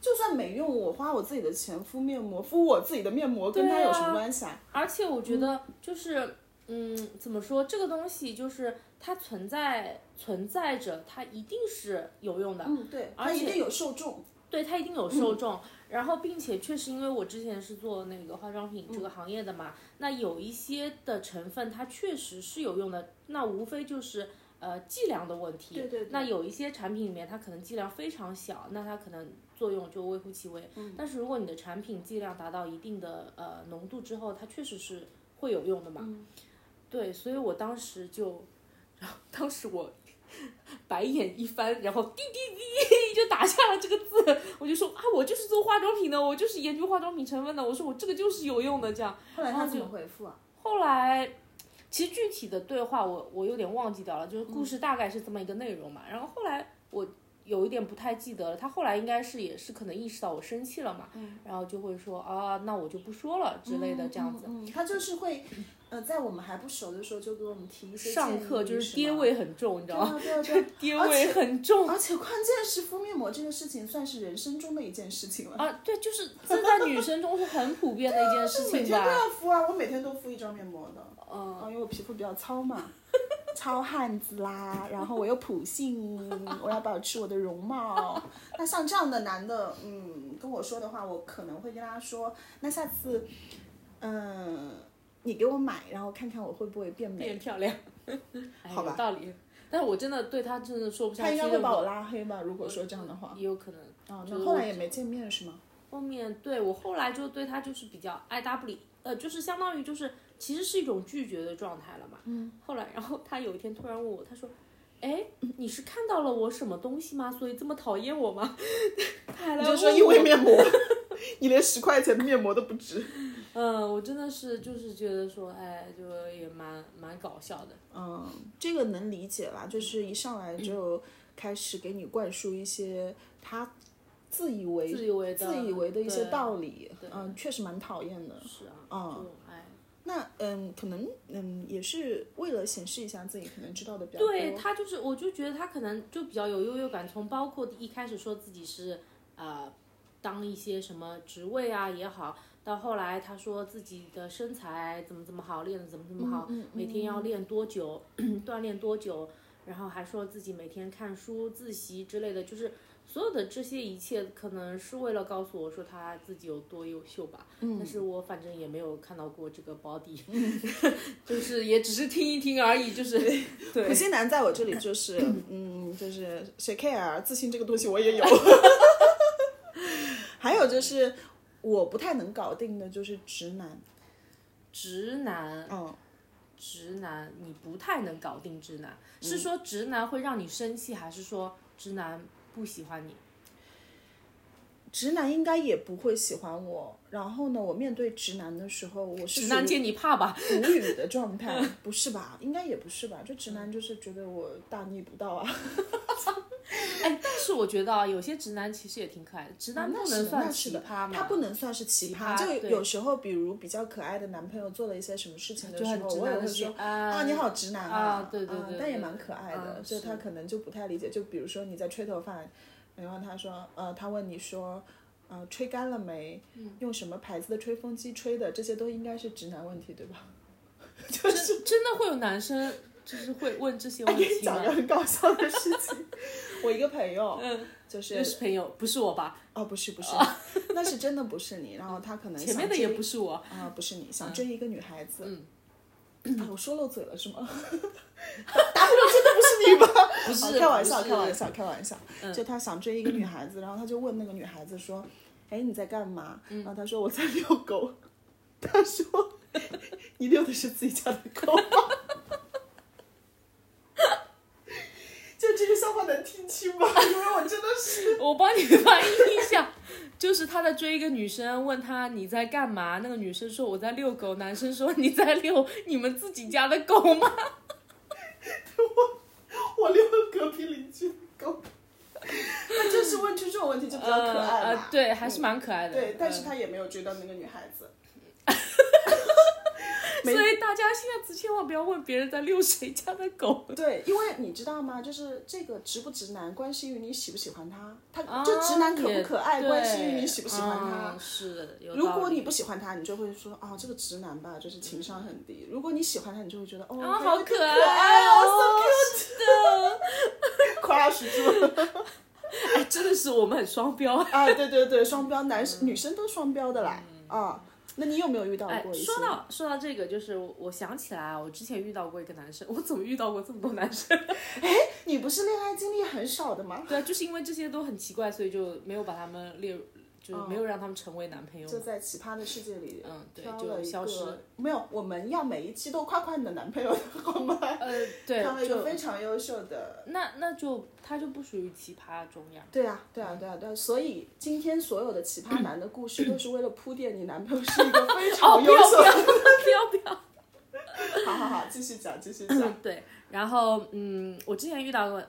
S1: 就算没用，我花我自己的钱敷面膜，敷我自己的面膜，跟他有什么关系啊？
S2: 而且我觉得就是，嗯怎么说这个东西就是它存在存在着，它一定是有用的，
S1: 嗯，对，
S2: 啊而
S1: 他
S2: 且
S1: 一定有受众。
S2: 对它一定有
S1: 嗯
S2: 受众。然后，并且确实，因为我之前是做那个化妆品
S1: 嗯
S2: 这个行业的嘛，那有一些的成分它确实是有用的，那无非就是。呃，剂量的问题。
S1: 对对对
S2: 那有一些产品里面，它可能剂量非常小，那它可能作用就微乎其微。
S1: 嗯
S2: 但是如果你的产品剂量达到一定的呃浓度之后，它确实是会有用的嘛。
S1: 嗯
S2: 对，所以我当时就，然后当时我 [laughs] 白眼一翻，然后滴滴滴就打下了这个字，我就说啊，我就是做化妆品的，我就是啊研究化妆品成分的，我说我这个就是有用的这样。
S1: 后来他怎么回复啊？
S2: 后来其实具体的对话我我有点忘记掉了，就是
S1: 嗯
S2: 故事大概是这么一个内容嘛。然后后来我有一点不太记得了，他后来应该是也是可能意识到我生气了嘛，然后就会说啊，那我就不说了之类的这样子。
S1: 嗯嗯，他就是会，呃，在我们还不熟的时候就给我们提一些
S2: 上
S1: 建
S2: 课
S1: 议
S2: 就是
S1: 吗
S2: 爹味很重，你知
S1: 对
S2: 道吗？
S1: 啊对啊对啊
S2: [laughs] 爹
S1: 而
S2: 味
S1: 且
S2: 很重
S1: 而且关键是敷面膜这个事情算是人生中的一件事情了，
S2: 啊，对，就是这在女生中是很普遍的一件事
S1: 是每
S2: 情
S1: 天都
S2: 吧。
S1: 要敷 [laughs] 啊，我每天都敷一张面膜的，
S2: 嗯，
S1: 哦，因为我皮肤比较糙嘛， [laughs] 糙汉子啦，然后我又普
S2: [laughs]
S1: 信，我要保持我的容貌。那像这样的男的，嗯，跟我说的话，我可能会跟他说，那下次，嗯、你给我买，然后看看我会不会变美。
S2: 变漂
S1: [laughs]
S2: 亮，哎
S1: 好吧
S2: 有道理。但是我真的对他真的说不下
S1: 他
S2: 去
S1: 应该
S2: 任何，
S1: 会把我拉黑吧？如果说这样的话，
S2: 也有可能。
S1: 哦，
S2: 就
S1: 那
S2: 是
S1: 后来也没见面是吗？
S2: 后面对我后来就对他就是比较爱搭不理，呃，就是相当于就是其实是一种拒绝的状态了嘛。嗯。后来，然后他有一天突然问我，他说：“哎，你是看到了我什么东西吗？所以这么讨厌我吗？” [laughs] 他哎还来
S1: 你
S2: 问
S1: 就
S2: 我
S1: 说因为面膜， [laughs] 你连十块钱的面膜都不值。
S2: 嗯，我真的是就是觉得说，哎，就也蛮蛮搞笑的。
S1: 嗯，这个能理解啦，就是一上来就开始给你灌输一些他自以为
S2: 自以为的
S1: 自以为的一些
S2: 对
S1: 道理
S2: 对，
S1: 嗯，确实蛮讨厌的。
S2: 是啊，
S1: 嗯
S2: 就哎，
S1: 那嗯，可能嗯，也是为了显示一下自己可能知道的比较多。
S2: 对他就是，我就觉得他可能就比较有优越感，从包括一开始说自己是呃当一些什么职位啊也好，到后来他说自己的身材怎么怎么好，练的怎么怎么好，
S1: 嗯嗯
S2: 每天要练多久， [clears throat] 锻炼多久，然后还说自己每天看书、自习之类的，就是所有的这些一切，可能是为了告诉我说他自己有多优秀吧。
S1: 嗯
S2: 但是我反正也没有看到过这个 body，、就是
S1: 嗯
S2: [laughs] 也只是听一听而已，就是
S1: [laughs]
S2: 对
S1: 普信男在我这里就是，嗯，就是谁 care 啊自信这个东西我也有。还有就是我不太能搞定的就是直男，
S2: 直男，
S1: 嗯，
S2: 直男，你不太能搞定直男，
S1: 嗯
S2: 是说直男会让你生气，还是说直男不喜欢你？
S1: 直男应该也不会喜欢我。然后呢，我面对直男的时候，我是
S2: 直
S1: 属于
S2: 男见你怕吧？
S1: 无语的状态，
S2: [laughs]
S1: 不是吧？应该也不是吧？就直男就是觉得我大逆不道啊，
S2: 哎，但是我觉得啊，有些直男其实也挺可爱的，直男
S1: 那
S2: 不
S1: 是
S2: 能
S1: 的
S2: 算
S1: 啊那是
S2: 奇
S1: 的
S2: 葩
S1: 他
S2: 嘛，
S1: 不能算是奇葩。
S2: 奇葩
S1: 就
S2: 对
S1: 有时候，比如比较可爱的男朋友做了一些什么事情的
S2: 就
S1: 时
S2: 很
S1: 候，
S2: 直
S1: 我也
S2: 男
S1: 会
S2: 的
S1: 说
S2: 说。
S1: [laughs] 啊，你好直男
S2: 嗯啊对对
S1: 啊
S2: 对
S1: 但也
S2: 对
S1: 蛮可爱的，
S2: 啊
S1: 就是他可能就不太理解。就比如说你在吹头发，然后他说，呃，他问你说，呃，吹干了没？
S2: 嗯
S1: 用什么牌子的吹风机吹的？这些都应该是直男问题，对吧？
S2: 真真的会有男生就是会问这些
S1: 哎
S2: 问
S1: 给你
S2: 题
S1: 讲
S2: 吗？
S1: 个很搞笑的事
S2: [laughs]
S1: 情，我一个朋友，就是
S2: 又嗯是朋友，不是我吧？啊
S1: 哦，不是不是，那是真的不是你。然后他可能
S2: 前面的嗯
S1: 想
S2: 也
S1: 追
S2: 不
S1: [laughs]
S2: 是我，
S1: 啊，不是你想追一个女孩子。
S2: 嗯
S1: 啊我说漏嘴了是吗？
S2: 不
S1: 好
S2: 是
S1: 哦开玩笑，
S2: 不是嗯
S1: 开玩笑，开玩笑。就他想追一个女孩子，然后他就问那个女孩子说：“哎，你在干嘛？”
S2: 嗯
S1: 然后他说：“我在遛狗。” [laughs] 他说：“你遛的是自己家的狗吗？” [laughs] 就这个笑话能听清吗？ [laughs] 因为我真的是。
S2: [laughs] 我帮你翻译一下，就是他在追一个女生，问他你在干嘛？那个女生说我在遛狗，男生说你在遛你们自己家的狗吗？
S1: 我遛隔壁邻居的狗，他就是问出这种问题就比较可
S2: 呃
S1: 爱
S2: 呃
S1: 嘛。嗯
S2: 对，还是蛮可爱的。
S1: 对，但是
S2: 嗯
S1: 他也没有追到那个女孩子。没
S2: 所以大家下次千万不要问别人在遛谁家的狗。
S1: 对，因为你知道吗？就是这个直不直男，关系于你喜不喜欢他。他
S2: 啊
S1: 就直男可不可爱，
S2: 也
S1: 关系于你喜不喜欢
S2: 对嗯
S1: 他。
S2: 是，有
S1: 如
S2: 道
S1: 果
S2: 理
S1: 你不喜欢他，你就会说啊、这个直男吧，就是情商很低。如果你喜欢他，你就会觉得哦，
S2: 嗯啊，
S1: 他
S2: 好
S1: 有点可
S2: 爱
S1: 哦
S2: 哦，是的，
S1: ，so cute [laughs] 夸他十
S2: [laughs]
S1: 足。
S2: 哎，真的是我们很双标。
S1: 啊，对对对，双标，男生、女生都双标的啦。啊，那你有没有遇到
S2: 嗯哎
S1: 过，一些？
S2: 说到说到这个，就是我我想起来啊，我之前遇到过一个男生，我怎么遇到过这么多男生？
S1: 你不是恋爱经历很少的吗？
S2: [laughs] 对啊，就是因为这些都很奇怪，所以就没有把他们列入，就是没有让他们成为男朋友。
S1: 就在奇葩的世界哦里，
S2: 嗯对
S1: 挑
S2: 就
S1: 了一
S2: 消失
S1: 个没有，我们要每一期都夸夸你的男朋友，好吗？
S2: 呃， [laughs] 对
S1: 挑了，一个
S2: 就
S1: 非常优秀的。
S2: 那那就他就不属于奇葩中
S1: [laughs]
S2: 呀。
S1: 对啊，对啊，对啊，对啊，所以今天所有的奇葩男的
S2: [laughs]
S1: 故事都是为了铺垫你男朋友是一个非常
S2: 哦，不
S1: 优
S2: 要
S1: 秀
S2: 不
S1: 的
S2: 要不要不要！
S1: 好好好，继续讲，继续讲。
S2: [laughs] 对，然后嗯，我之前遇到过，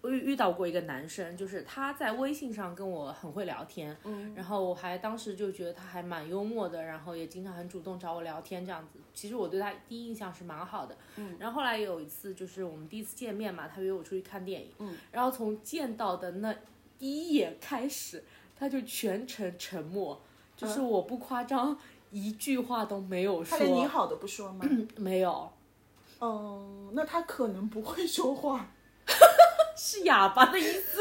S2: 我遇到过一个男生，就是他在微信上跟我很会聊天，嗯，然后我还当时就觉得他还蛮幽默的，然后也经常很主动找我聊天这样子。其实我对他第一印象是蛮好的，嗯，然后后来有一次就是我们第一次见面嘛，他约我出去看电影，嗯，然后从见到的那第一眼开始，他就全程沉默，就是我不夸张，一句话都没有
S1: 他
S2: 说， [coughs]
S1: 连你好都不说吗？
S2: 没有， [coughs]
S1: 嗯，那他可能不会说话。
S2: 是哑巴的意思。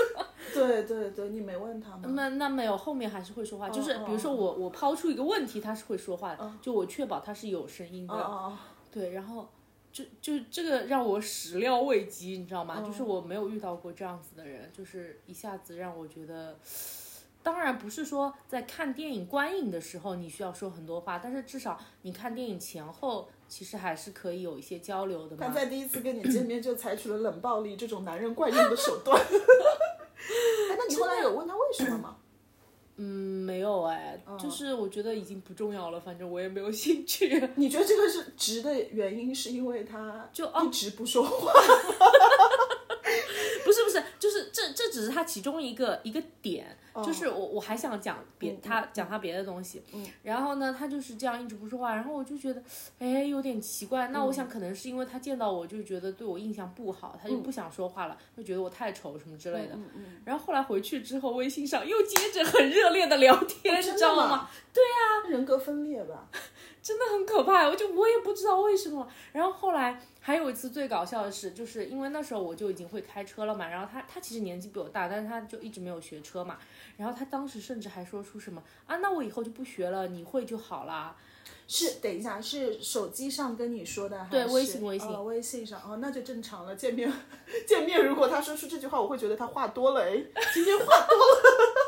S1: 对对对，你没问他吗？
S2: 那那没有，后面还是会说话，
S1: 哦
S2: 就是
S1: 哦
S2: 比如说我我抛出一个问题，他是会说话的，就我确保他是有声音
S1: 哦
S2: 的，
S1: 哦
S2: 对，然后就就这个让我始料未及，你知道
S1: 哦
S2: 吗？就是我没有遇到过这样子的人，就是一下子让我觉得。当然不是说在看电影观影的时候你需要说很多话，但是至少你看电影前后其实还是可以有一些交流的
S1: 哦，
S2: 嘛。
S1: 他在第一次跟你见面就采取了冷暴力这种男人惯用的手
S2: [laughs]
S1: 段。 [laughs] 哎，那你后来有问他为什么吗？
S2: 嗯，没有哎，
S1: 哦
S2: 就是我觉得已经不重要了，反正我也没有兴趣。
S1: [laughs] 你觉得这个是值的原因，是因为他
S2: 就哦
S1: 一直不说话？
S2: [laughs] 不是不是，就是这这只是他其中一个一个点，
S1: 哦
S2: 就是我我还想讲
S1: 嗯
S2: 别他讲他别的东西，嗯，然后呢，他就是这样一直不说话，然后我就觉得，哎，有点奇怪。那我想
S1: 嗯
S2: 可能是因为他见到我就觉得对我印象不好，他就不想说话了，就觉得我太丑什么之类
S1: 嗯
S2: 的。然后后来回去之后，微信上又接着很热烈的聊天，
S1: 哦
S2: 你
S1: 真的
S2: 知道
S1: 吗
S2: 吗？啊
S1: 人格分裂吧？
S2: 真的很可怕，我就我也不知道为什么。然后后来还有一次最搞笑的是，就是因为那时候我就已经会开车了嘛，然后他他其实年纪比我大，但是他就一直没有学车嘛。然后他当时甚至还说出什么啊，那我以后就不学了， [laughs] 你会就好啦。
S1: 是，等一下，是手机上跟你说的，还
S2: 对
S1: 是
S2: 微信微信
S1: 哦微信上哦，那就正常了。见面， [laughs] 见面，如果他说出这句话，我会觉得他话多了，哎，今天话多了。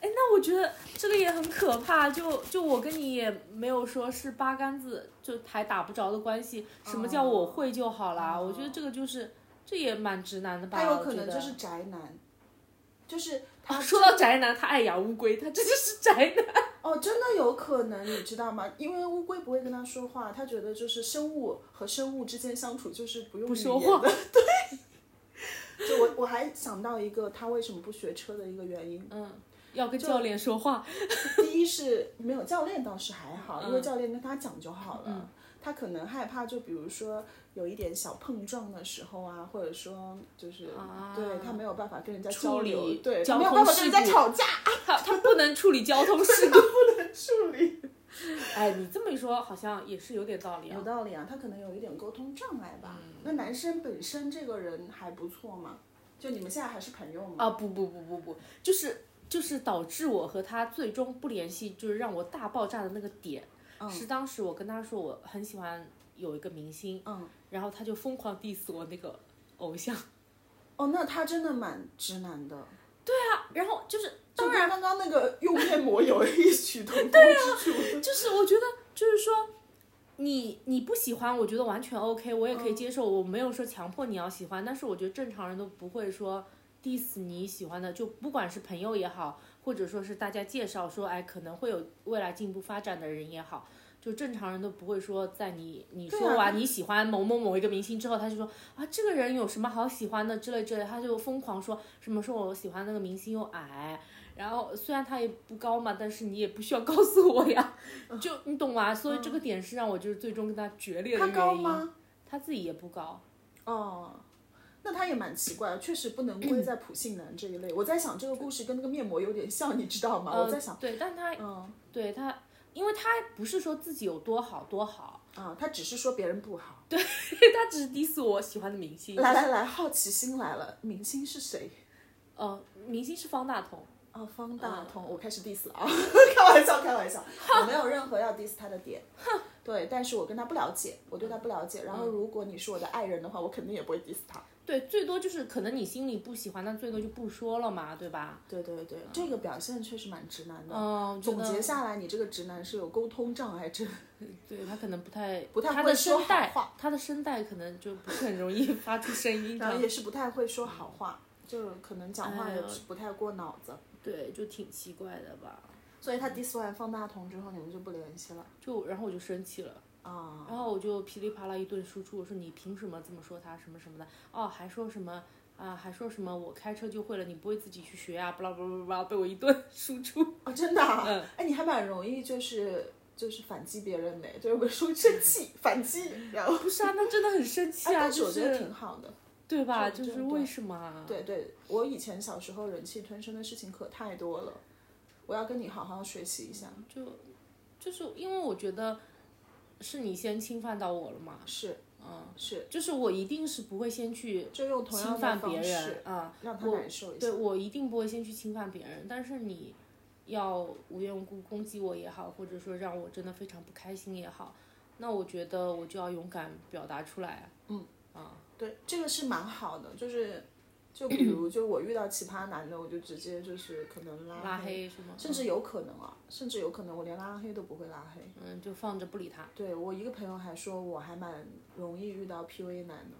S2: 哎，那我觉得这个也很可怕，就就我跟你也没有说是八竿子就还打不着的关系。什么叫我会就好啦？我觉得这个就是这也蛮直男的
S1: 嗯
S2: 吧。
S1: 哎他有
S2: 我
S1: 可
S2: 觉
S1: 能
S2: 得
S1: 就是宅男，就是他
S2: 啊，说到宅男，他爱养乌龟，他这就是宅男。
S1: 哦，真的有可能，你知道吗？因为乌龟不会跟他说话，他觉得就是生物和生物之间相处就是不用
S2: 不
S1: 语
S2: 说
S1: 言的。对， [laughs] 就我我还想到一个他为什么不学车的一个原因，
S2: 嗯，要跟教练说话。
S1: [laughs] 第一是没有教练倒是还好，因为
S2: 嗯
S1: 教练跟他讲就好了。他可能害怕，就比如说有一点小碰撞的时候啊，或者说就是、
S2: 啊
S1: 对他没有办法跟人家
S2: 处
S1: 交
S2: 理
S1: 流，对他
S2: 交
S1: 没有
S2: 通
S1: 办法跟人家
S2: 事故
S1: 吵架
S2: 他他不能处理交通 [laughs] 事故。
S1: 处理。
S2: 哎，你这么一说，好像也是有点道理
S1: 有
S2: 啊。嗯
S1: 道理啊，他可能有一点沟通障碍吧。那男生本身这个人还不错嘛，就你们现在还是朋友吗？
S2: 啊，不不不不不，就是就是导致我和他最终不联系，就是让我大爆炸的那个点，是当时我跟他说我很喜欢有一个明星，
S1: 嗯，
S2: 然后他就疯狂 diss 我那个偶像。
S1: 哦，那他真的蛮直男的，
S2: 啊，然后就是
S1: 就跟刚刚那个用面膜有异曲同工之处。 [laughs]
S2: 就是我觉得就是说。你你不喜欢，我觉得完全 OK，我也可
S1: 嗯
S2: 以接受，我没有说强迫你要喜欢，但是我觉得正常人都不会说 diss 你喜欢的，就不管是朋友也好，或者说是大家介绍说，哎，可能会有未来进一步发展的人也好，就正常人都不会说在你你
S1: 对啊
S2: 说完你喜欢某某某一个明星之后，他就说啊这个人有什么好喜欢的之类之类，他就疯狂说什么说我喜欢那个明星又矮，然后虽然他也不高嘛，但是你也不需要 [laughs] 告诉我呀，
S1: 嗯
S2: 就你懂吗？所以这个点是让我就是最终跟他决裂的
S1: 他
S2: 原因。
S1: 高吗？
S2: 他自己也不高，
S1: 哦，那他也蛮奇怪的，确实不能归在普信男这一类。我在想这个故事跟那个面膜有点像，你知道吗？
S2: 呃
S1: 我在想，
S2: 对，但他
S1: 嗯
S2: 对他，因为他不是说自己有多好
S1: [laughs]
S2: 多好，
S1: 啊，他只是说别人不好。
S2: 他只是 diss 我喜欢的明星。
S1: 来来来，好奇心来了，明星是谁？
S2: 呃，明星是方大同，
S1: 哦，方
S2: 呃
S1: 大同，我开始 diss 了啊！ [laughs] 开玩笑，开玩
S2: [laughs]
S1: 笑，我没有任何要 diss 他的点。对，但是我跟他不了解，我对他不了解。然
S2: 嗯
S1: 后，如果你是我的爱人的话，我肯定也不会 diss 他。
S2: 对，最多就是可能你心里不喜欢，那最多就不说了嘛，对吧？
S1: 对对对，这个表现确实蛮直男的。
S2: 嗯，
S1: 总
S2: 觉
S1: 结
S2: 得
S1: 下来，你这个直男是有沟通障碍症。
S2: 对他可能不太
S1: 不太
S2: 他
S1: 会
S2: 的
S1: 说
S2: 声带
S1: 好话，
S2: 他的声带可能就不是很容易 [laughs] 发出声音这
S1: 然后
S2: 样。
S1: 也是不太会说好话，
S2: 嗯
S1: 就可能讲话
S2: 哎
S1: 也
S2: 呦
S1: 不太过脑子，
S2: 对，就挺奇怪的吧？
S1: 所以他 diss 完方大同之后，你们就不联系了。
S2: 就然后我就生气了，
S1: 啊， [laughs]
S2: 然后我就噼里啪啦一顿输出，我说你凭什么这么说他什么什么的？哦，还说什么啊？还说什么我开车就会了，你不会自己去学啊？巴拉巴拉巴拉，被我一顿 [laughs] 输出。
S1: 啊，真的、啊，
S2: 嗯
S1: 哎，你还蛮容易就是就是反击别人的，就是我说生气反击，然后
S2: 不是啊，那嗯真的很生气
S1: 哎
S2: 啊，
S1: 但是
S2: 就
S1: 我觉得
S2: 是
S1: 挺好的。
S2: 对吧？
S1: 这种
S2: 就是
S1: 这种
S2: 为什么啊？
S1: 对对，我以前小时候忍气吞声的事情可太多了，我要跟你好好学习一下。
S2: 就就是因为我觉得是你先侵犯到我了嘛，
S1: 是，
S2: 嗯，
S1: 是，
S2: 就是我一定是不会先去
S1: 就用同样
S2: 侵
S1: 的
S2: 犯别
S1: 方式
S2: 人啊，
S1: 让他
S2: 我
S1: 难受一下。
S2: 对我一定不会先去侵犯别人，但是你要无缘无故攻击我也好，或者说让我真的非常不开心也好，那我觉得我就要勇敢表达出来，嗯啊，
S1: 对，这个是蛮好的，就是就比如就我遇到奇葩男的，我就直接就是可能拉
S2: 拉黑是吗？
S1: 甚至有可能啊，甚至有可能我连拉黑都不会拉黑。
S2: 嗯，就放着不理他。
S1: 对我一个朋友还说我还蛮容易遇到 PUA 男的。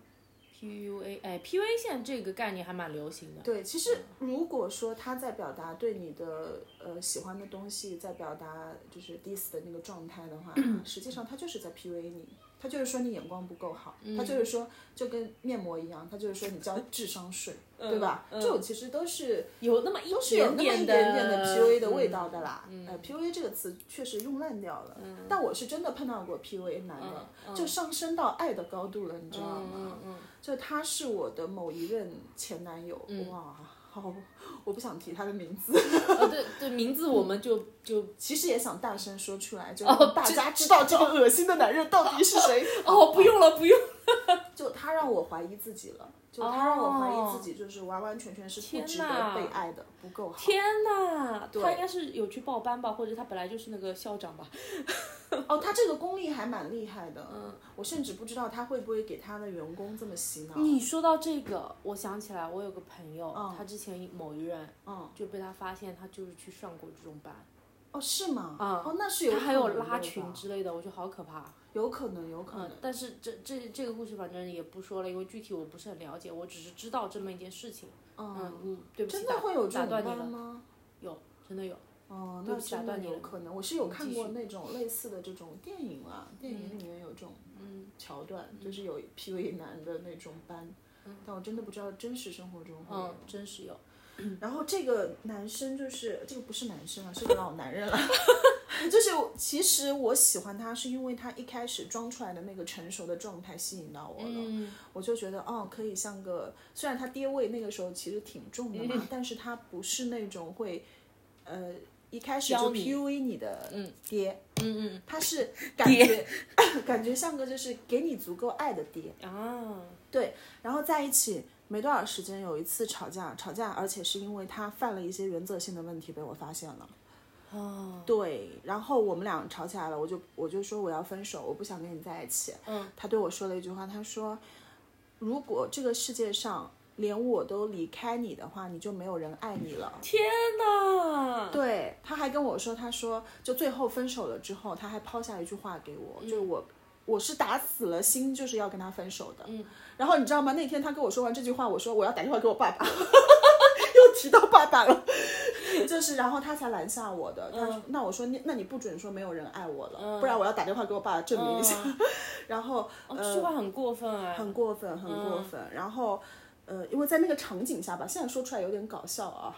S2: PUA，哎，PUA 现在这个概念还蛮流行的。
S1: 对，其实如果说他在表达对你的呃喜欢的东西，在表达就是 diss 的那个状态的话，实际上他就是在 PUA 你，他就是说你眼光不够好，他就是说就跟面膜一样，他就是说你交智商税，
S2: 嗯
S1: 对吧？这种其实都是
S2: 有那么一
S1: 嗯都是有那么一点
S2: 点
S1: 点的 PUA 的味
S2: 嗯嗯
S1: 道的啦。呃，PUA 这个词确实用烂掉了，但我是真的碰到过 PUA 男的，就上升到爱的高度了，你知道吗？
S2: 嗯嗯
S1: 就他是我的某一任前男友，哇，好，我不想提他的名字，
S2: 嗯，哦，对对，名字我们就就
S1: 其实也想大声说出来，就
S2: 哦
S1: 让大家知道这个恶心的男人到底是
S2: [laughs]
S1: 谁。
S2: 哦，不用了，不用。
S1: 就他让我怀疑自己了，就
S2: 哦
S1: 他让我怀疑自己，就是完完全全是不
S2: 天
S1: 值得
S2: 哪
S1: 被爱的，不够好。
S2: 天哪，
S1: 对
S2: 啊他应该是有去报班吧，或者他本来就是那个校长吧？ [laughs]
S1: 哦，他这个功力还蛮厉害的，嗯，我甚至不知道他会不会给他的员工这么洗脑。
S2: 你说到这个，我想起来，我有个朋友，
S1: 啊嗯
S2: 他之前某一任
S1: 嗯，
S2: 就被他发现，他就是去上过这种班，
S1: 哦，是吗？
S2: 嗯
S1: 哦，那是有
S2: 他还有
S1: 可能的
S2: 拉群
S1: 吧，
S2: 之类的，我觉得好可怕。
S1: 有可能，有可能
S2: 嗯，，但是这这这个故事反正也不说了，因为具体我不是很了解，我只是知道这么一件事情。嗯，你对不起，
S1: 真的
S2: 打
S1: 会有这
S2: 打
S1: 种
S2: 断你
S1: 班
S2: 了，
S1: 吗？
S2: 有真的有。
S1: 哦，
S2: 对
S1: 那
S2: 不起打
S1: 真的
S2: 断你
S1: 有
S2: 了
S1: 可能。我是有
S2: 你
S1: 看
S2: 继
S1: 过那种类似的这种电影啊，电影里面有这种
S2: 嗯
S1: 桥段，就是有 PUA 男的那种班，但我真的不知道真实生活中会有。
S2: 嗯，真是有。
S1: 然后这个男生就是这个不是男生啊，是个老男人了。 [laughs] 就是其实我喜欢他，是因为他一开始装出来的那个成熟的状态吸引到我了。
S2: 嗯，
S1: 我就觉得哦，可以像个虽然他爹味那个时候其实挺重的
S2: 嗯
S1: 嘛， [laughs] 但是他不是那种会，呃，一开始
S2: 教
S1: 就
S2: 你
S1: PUA 你的爹，
S2: 嗯
S1: 他
S2: [laughs]
S1: 是感觉 [coughs] 感觉像个就是给你足够爱的爹，
S2: 嗯啊，
S1: 然后在一起没多少时间，有一次吵架，吵架，而且是因为他犯了一些原则性的问题被我发现了。
S2: 哦，
S1: 对，然后我们俩吵起来了，我就我就说我要分手，我不想跟你在一起。
S2: 嗯，
S1: 他对我说了一句话，他说，如果这个世界上连我都离开你的话，你就没有人爱你了。
S2: 天哪！哦
S1: 对，他还跟我说，他说就最后分手了之后，他还抛下一句话给我，就是我我是打死了心就是要跟他分手的。
S2: 嗯，
S1: 然后你知道吗？那天他跟我说完这句话，我说我要打电话给我爸爸，又提到爸爸了，就是然后他才拦下我的。他说、那我说你那你不准说没有人爱我了，不然我要打电话给我爸证明一下。 [laughs] 然后
S2: 哦，这句话很过分哎，
S1: 很过分，很过分。然后呃，因为在那个场景下吧，现在说出来有点搞笑啊。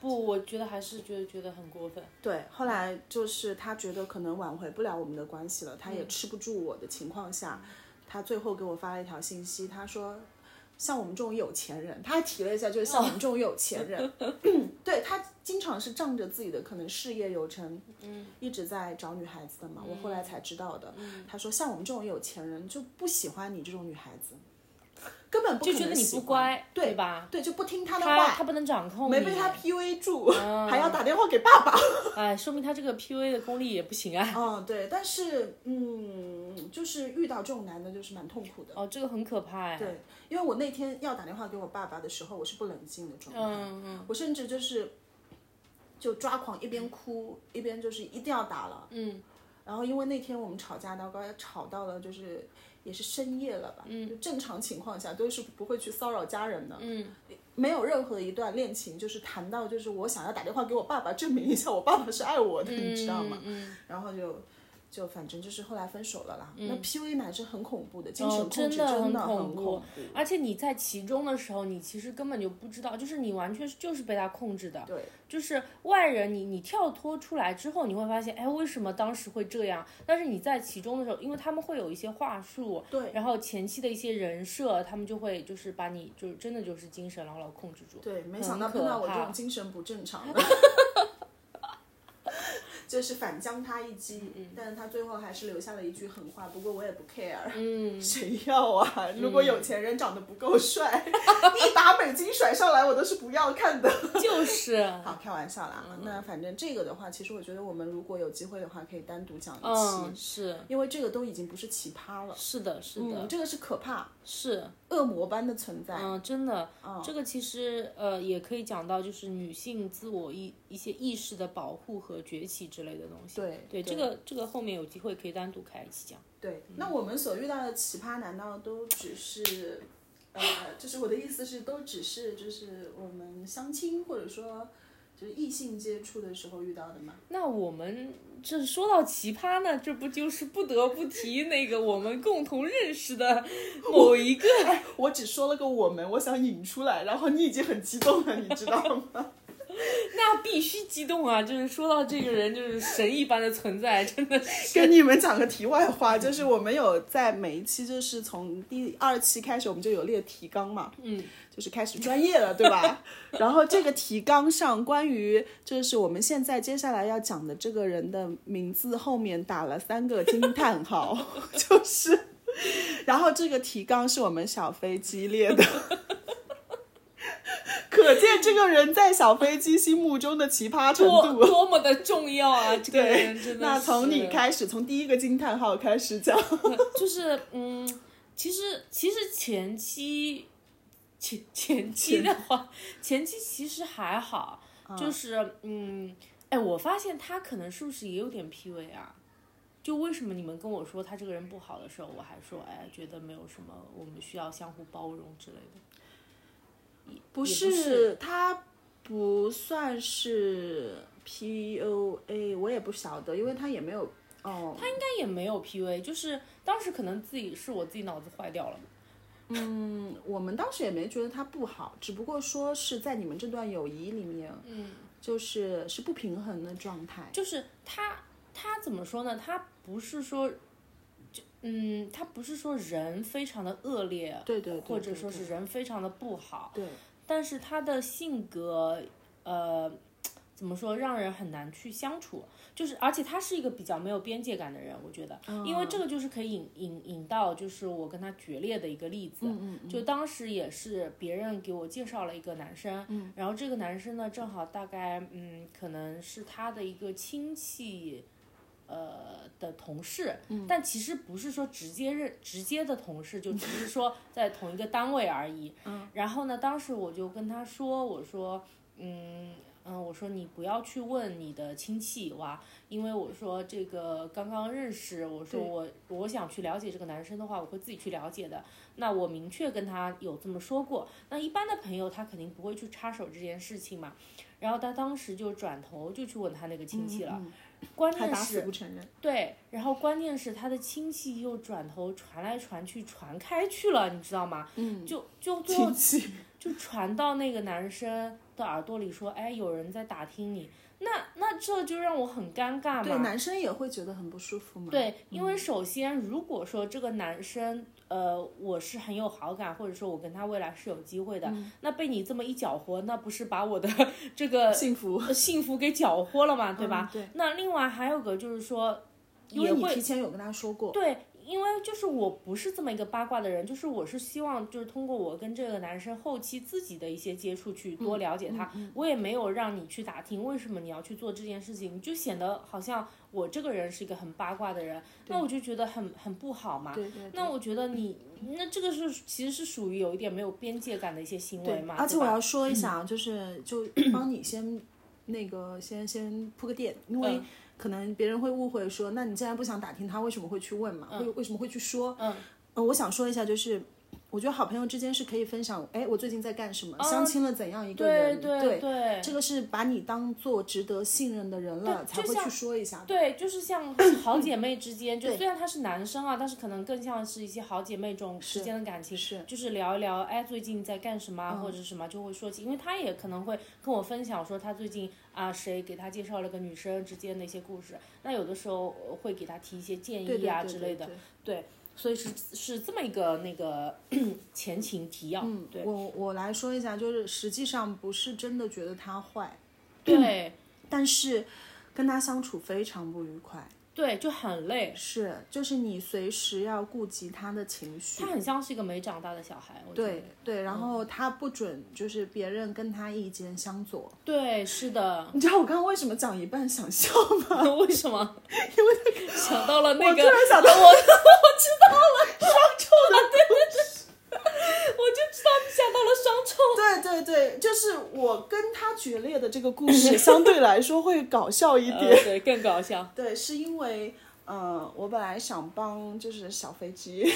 S2: 不，我觉得还是觉得觉得很过分。
S1: 对，后来就是他觉得可能挽回不了我们的关系了，他
S2: 嗯
S1: 也吃不住我的情况下，他最后给我发了一条信息，他说。像我们这种有钱人，他还提了一下，就是像我们这种有钱
S2: [laughs]
S1: 人，对他经常是仗着自己的可能事业有成，嗯，一直在找女孩子的嘛。我后
S2: 嗯
S1: 来才知道的，他说像我们这种有钱人就不喜欢你这种女孩子，根本不
S2: 就
S1: 可
S2: 觉
S1: 能
S2: 得你
S1: 喜欢，
S2: 不乖，
S1: 对
S2: 吧？
S1: 对，就不听他的
S2: 他
S1: 话，
S2: 他不能掌控你，
S1: 没被他 PUA 住，
S2: 嗯
S1: 还要打电话给爸爸。
S2: 哎，说明他这个 PUA 的功力也不行啊。
S1: 嗯，对，但是嗯，就是遇到这种男的，就是蛮痛苦的。
S2: 哦，这个很可怕哎。
S1: 对，因为我那天要打电话给我爸爸的时候，我是不冷静的状态，
S2: 嗯嗯，
S1: 我甚至就是就抓狂，一边哭一边就是一定要打了。
S2: 嗯，
S1: 然后因为那天我们吵架到高，吵到了就是也是深夜了吧，嗯，就正常情况下都是不会去骚扰家人的，嗯，没有任何一段恋情就是谈到就是我想要打电话给我爸爸证明一下我爸爸是爱我的，你知道吗？
S2: 嗯嗯嗯
S1: 然后就就反正就是后来分手了啦。
S2: 嗯哦
S1: 那 PUA 男是很恐怖的，精神控制
S2: 真的
S1: 真
S2: 很
S1: 的很
S2: 恐怖
S1: 怖。
S2: 而且你在其中的时候，你其实根本就不知道，就是你完全是就是被他控制的。
S1: 对，
S2: 就是外人你，你跳脱出来之后，你会发现，哎，为什么当时会这样？但是你在其中的时候，因为他们会有一些话术，
S1: 对，
S2: 然后前期的一些人设，他们就会就是把你就是真的就是精神牢牢控制住。
S1: 对，没
S2: 很
S1: 想到
S2: 可
S1: 碰到我这
S2: 怕
S1: 种精神不正常
S2: [laughs]
S1: 的，就是反将他一击。
S2: 嗯
S1: 但是他最后还是留下了一句狠话，不过我也不 care。[laughs]
S2: 嗯，
S1: 谁要啊？如果有钱人长得不够帅， [laughs] 一把美金甩上来，我都是不要看的。
S2: 就是。
S1: [laughs] 好，开玩笑啦。
S2: 嗯
S1: 那反正这个的话，其实我觉得我们如果有机会的话，可以单独讲一期，
S2: 嗯，是
S1: 因为这个都已经不是奇葩了，
S2: 是的，是的，
S1: 嗯，这个是可怕、
S2: 是，
S1: 恶魔般的存在。哦
S2: 嗯，真的，这个其实呃也可以讲到，就是女性自我意一些意识的保护和崛起之类的东西。
S1: 对
S2: 对，这个这个后面有机会可以单独开一期讲。
S1: 对，那我们所遇到的奇葩，难道都只是，呃，就是我的意思是，都只是就是我们相亲或者说就是异性接触的时候遇到的吗？
S2: 那我们这说到奇葩呢，这不就是不得不提那个我们共同认
S1: [laughs]
S2: 识的某一个？ [laughs]
S1: 我只说了个我们，我想引出来，然后你已经很激动了，你知道吗？
S2: 那必须激动啊！就是说到这个人，就是神一般的
S1: [laughs]
S2: 存在，真的是。
S1: 跟你们讲个题外话，就是我们有在每一期，就是从第二期开始，我们就有列提纲嘛，
S2: 嗯，
S1: 就是开始专业了，对吧？ [laughs] 然后这个提纲上关于就是我们现在接下来要讲的这个人的名字后面打了三个惊叹号， [laughs] 就是，然后这个提纲是我们小飞机列的。 [laughs] 可见这个人在小飞机心目中的奇葩程
S2: 多
S1: 度。
S2: 多么的重要啊！这个人真的是。
S1: 那从你开始，从第一个惊叹号开始讲。
S2: [laughs] 就是嗯，其实其实前期前前期的话，前期其实还好，就是嗯，哎，我发现他可能是不是也有点 PUA 啊？就为什么你们跟我说他这个人不好的时候，我还说哎，觉得没有什么，我们需要相互包容之类的。
S1: 不
S2: 是
S1: 是，他不算是 PUA，我也不晓得，因为他也没有哦，
S2: 应该也没有 PUA，就是当时可能自己是我自己脑子坏掉了。
S1: 嗯，我们当时也没觉得他不好，只不过说是在你们这段友谊里面，嗯，就是是不平衡的状态，
S2: 就是他他怎么说呢？他不是说，就嗯，他不是说人非常的恶劣，
S1: 对对对，
S2: 或者说
S1: 对
S2: 是人非常的不好，
S1: 对，
S2: 但是他的性格，呃。怎么说，让人很难去相处，就是而且他是一个比较没有边界感的人，我觉得，
S1: 嗯
S2: 因为这个就是可以引引引到就是我跟他决裂的一个例子，
S1: 嗯
S2: 就当时也是别人给我介绍了一个男生，
S1: 嗯
S2: 然后这个男生呢正好大概嗯可能是他的一个亲戚。呃的同事，但其实不是说直接认直接的同事，就只是说在同一个单位而已。然后呢，当时我就跟他说，我说，嗯嗯，我说你不要去问你的亲戚哇，因为我说这个刚刚认识，我说我我想去了解这个男生的话，我会自己去了解的。那我明确跟他有这么说过，那一般的朋友他肯定不会去插手这件事情嘛。然后他当时就转头就去问他那个亲戚了，关
S1: 他
S2: 键
S1: 打
S2: 是
S1: 死不承认，
S2: 对，然后关键是他的亲戚又转头传来传去，传开去了，你知道吗？嗯，就
S1: [laughs]
S2: 就最后
S1: 亲戚，
S2: 就传到那个男生的耳朵里，说，哎，有人在打听你。那那这就让我很尴尬嘛。
S1: 对，男生也会觉得很不舒服嘛，嗯
S2: 对，因为首先，如果说这个男生，呃，我是很有好感，或者说我跟他未来是有机会的，
S1: 嗯
S2: 那被你这么一搅和，那不是把我的 [laughs] 这个呃
S1: 幸福，
S2: 幸福给搅和了嘛，对吧？
S1: 嗯对，
S2: 那另外还有个就是说，
S1: 因
S2: 也
S1: 为你
S2: 会
S1: 提前有跟他说过，
S2: 对，因为就是我不是这么一个八卦的人，就是我是希望就是通过我跟这个男生后期自己的一些接触去
S1: 嗯
S2: 多了解他，我也没有让你去打听为什么你要去做这件事情，你就显得好像我这个人是一个很八卦的人，那我就觉得很很不好嘛。
S1: 对对，
S2: 那我觉得你，那这个是其实是属于有一点没有边界感的一些行为嘛，
S1: 而且
S2: 对
S1: 我
S2: 吧
S1: 要说一下
S2: [clears throat]
S1: 啊，就是就帮你先那个先先铺个垫，因
S2: 嗯
S1: 为可能别人会误会说，
S2: 嗯
S3: 呃
S1: 那你既然不想打听他，为什么会去问嘛？为为什么会去说？嗯，我想说一下，就是我
S3: 我觉得好朋友之间是可以分享，哎，我最近在干什么，
S2: 嗯
S3: 相亲了怎样一个
S2: 对
S3: 人，
S2: 对对
S3: 这个是把你当做值得信任的人了，
S2: 对
S3: 才
S2: 就
S3: 会
S2: 像
S3: 去说一下的。
S2: 对，就是像好姐妹
S3: [clears throat]
S2: 之间，就虽然他是男生啊，但是可能更像是一些好姐妹这种之间的感情，
S3: 是嗯
S2: 就是聊一聊，哎，最近在干什么啊、或者是什么，就会说起，因为他也可能会跟我分享说他最近啊谁给他介绍了个女生之间的一些故事，那有的时候呃会给他提一些建
S3: 对
S2: 议啊
S3: 对
S2: 之
S3: 对
S2: 类的，
S3: 对
S2: 所以是是这么一个那个 [clears throat] 前情提要，
S3: 嗯，
S2: 对
S3: 我我来说一下，就是实际上不是真的觉得他坏，
S2: 对
S3: 但是跟他相处非常不愉快。
S2: 对，就很累，
S3: 是，就是你随时要顾及他的情绪
S2: 他。很像是一个没长大的小孩，哎我觉得嗯
S3: 对对，然后他不准就是别人跟他意见相左。
S2: 对，是的，
S3: 你知道我刚刚为什么讲一半想笑吗？
S2: 为什么？因为想到了 [laughs] 那
S3: 我
S2: 个，
S3: 突然想到我，
S2: 我就知道你想到了双
S1: 对对
S2: 重。
S1: 对，就是我跟他决裂的这个故事，相对来说会搞笑一点。
S2: 呃，对，更搞笑。
S1: 对，是因为呃，我本来想帮就是小飞
S2: [laughs]
S1: 机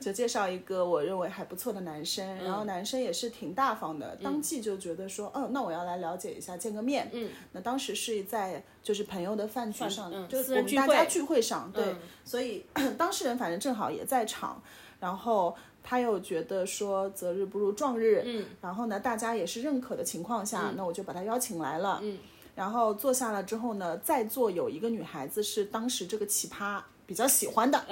S1: 就介绍一个我认为还不错的男生，然
S2: 嗯
S1: 后男生也是挺大方的，当即就觉得说，嗯、那我要来了解一下，见个面。嗯，那当时是在就是朋友的饭局上，
S2: 嗯
S1: 就
S2: 私
S1: 是
S2: 人
S1: 我们
S2: 聚
S1: 大家
S2: 会
S1: 聚会上，对，
S2: 嗯
S1: 所以 [clears throat] 当事人反正正好也在场，然后。他又觉得说择日不如撞日，嗯，然后呢，大家也是认可的情况
S2: 嗯
S1: 下，那我就把他邀请来了，嗯，然后坐下了之后呢，在座有一个女孩子是当时这个奇葩比较喜欢的，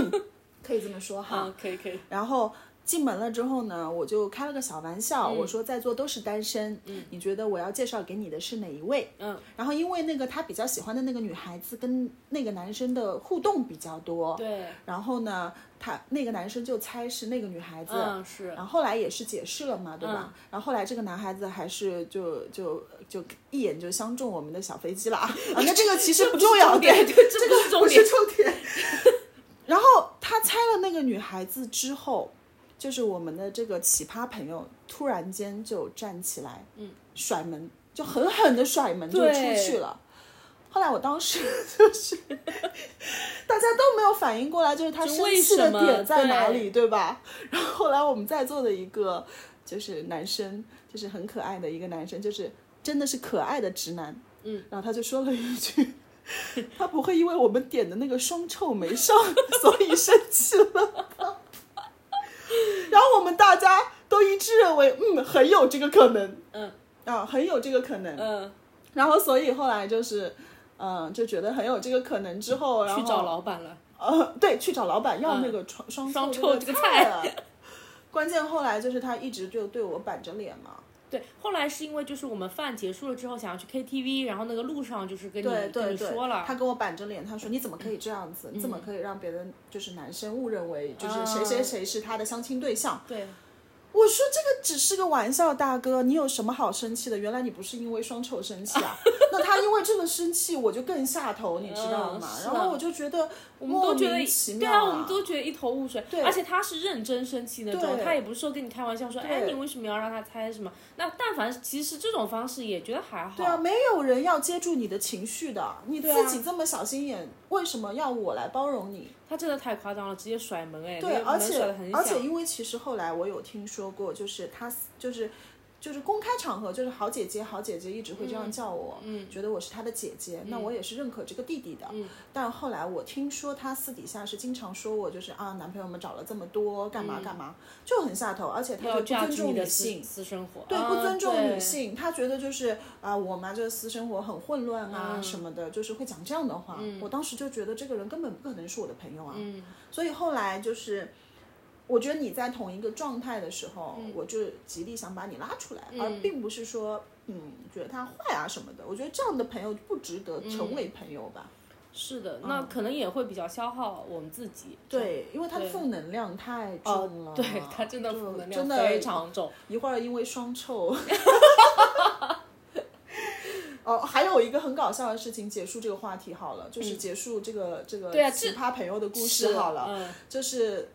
S1: [clears throat] 可以这么说哈。
S2: 嗯嗯，可以可以。
S1: 然后进门了之后呢，我就开了个小玩笑，
S2: 嗯
S1: 我说在座都是单身，你觉得我要介绍给你的是哪一位？
S2: 嗯，
S1: 然后因为那个他比较喜欢的那个女孩子跟那个男生的互动比较多，
S2: 对，
S1: 然后呢，他那个男生就猜是那个女孩子，
S2: 嗯是
S1: 然。后后来也是解释了嘛，对吧？然后后来这个男孩子还是就就就一眼就相中我们的小飞机了啊！啊那这个其实不重要，
S2: 重点
S1: 对，
S2: 对这
S1: 这
S2: 不
S1: 个
S2: 是重
S1: 不
S2: 点
S1: 是重点。 [laughs] 然后他猜了那个女孩子之后，就是我们的这个奇葩朋友突然间就站起来，嗯，甩门，就狠狠的甩门就出
S2: 对
S1: 去了。后来我当时就是， [laughs] 大家都没有反应过来，就是他
S2: 就
S1: 生
S2: 为
S1: 气
S2: 什
S1: 的
S2: 么
S1: 点在哪
S2: 对
S1: 里，对吧？然后后来我们在座的一个就是男生，就是很可爱的一个男生，就是真的是可爱的直男，嗯，然后他就说了一句。 [laughs] 他不会因为我们点的那个双臭没上， [laughs] 所以生气了 [laughs] 吧。然后我们大家都一致认为，嗯，很有这个可能，
S2: 嗯
S1: 啊，很有这个可能。
S2: 嗯，
S1: 然后所以后来就是，嗯、就觉得很有这个可能之后，然后
S2: 去找老板了。
S1: 呃，对，去找老板要
S2: 嗯
S1: 那个双双
S2: 双
S1: 臭
S2: 臭
S1: 这个
S2: 这个
S1: 菜。关键后来就是他一直就对我板着脸嘛，
S2: 对，后来是因为就是我们饭结束了之后想要去 KTV，然后那个路上就是跟你
S1: 对
S2: 跟
S1: 对
S2: 你
S1: 对
S2: 说，了，嗯
S1: 他跟我板着脸，他说你怎么可以这样子？你怎么可以让别人就是男生误认为就是谁谁谁是他的相亲对象？
S2: 啊对
S1: 我说这个只是个玩笑，大哥，你有什么好生气的？原来你不是因为双臭生气
S2: [laughs]
S1: 啊？那他因为这个生气，我就更下头，你知道吗？
S2: 嗯是
S1: 然
S2: 啊
S1: 后我就觉得
S2: 我们都觉
S1: 莫
S2: 得
S1: 名其
S2: 对
S1: 妙、
S2: 啊，我们都觉得一头雾水。
S1: 对
S2: 而且他是认真生气那种，
S1: 对
S2: 他也不是说跟你开玩笑说，
S1: 对
S2: 哎，你为什么要让他猜什么？那但凡其实这种方式也觉得还好。
S1: 对啊，没有人要接住你的情绪的，你
S2: 对啊
S1: 自己这么小心眼，为什么要我来包容你？
S2: 他真的太夸张了，直接甩门哎，
S1: 对，
S2: 那个
S1: 而
S2: 门
S1: 且
S2: 甩的很
S1: 而且，
S2: 响。
S1: 因为其实后来我有听说过，就是他就是就是公开场合，就是好姐姐，好姐姐一直会这样叫我，嗯，觉得我是她的姐姐，
S2: 嗯
S1: 那我也是认可这个弟弟的，嗯，但后来我听说她私底下是经常说我，就是啊，男朋友们找了这么多，干嘛干嘛，就很下头，而且她
S2: 嗯要
S1: 就不尊
S2: judge 你
S1: 重
S2: 的
S1: 女
S2: 私
S1: 性。
S2: 私生活，
S1: 对，
S2: 啊
S1: 不尊重女
S2: 对
S1: 性，她觉得就是啊、我妈这个私生活很混乱啊、
S2: 嗯
S1: 什么的，就是会讲这样的话。我当时就觉得这个人根本不可能是我的朋友啊。
S2: 嗯
S1: 所以后来就是，我觉得你在同一个状态的时候，
S2: 嗯
S1: 我就极力想把你拉出来，而并不是说嗯觉得他坏啊什么的。我觉得这样的朋友不值得
S2: 嗯
S1: 成为朋友吧。
S2: 是的，
S1: 嗯
S2: 那可能也会比较消耗我们自己。
S1: 对，因为他的
S2: 对
S1: 负能量太
S2: 哦
S1: 重了，，
S2: 对他真的
S1: 就
S2: 负能
S1: 真
S2: 量
S1: 的
S2: 非常重。
S1: 一会儿因为双臭。哦，还有一个很搞笑的事情，结束这个话题好了，就是结束这个、这个
S2: 嗯对啊
S1: 奇
S2: 这
S1: 葩朋友的故
S2: 是
S1: 事好了，
S2: 嗯
S1: 就是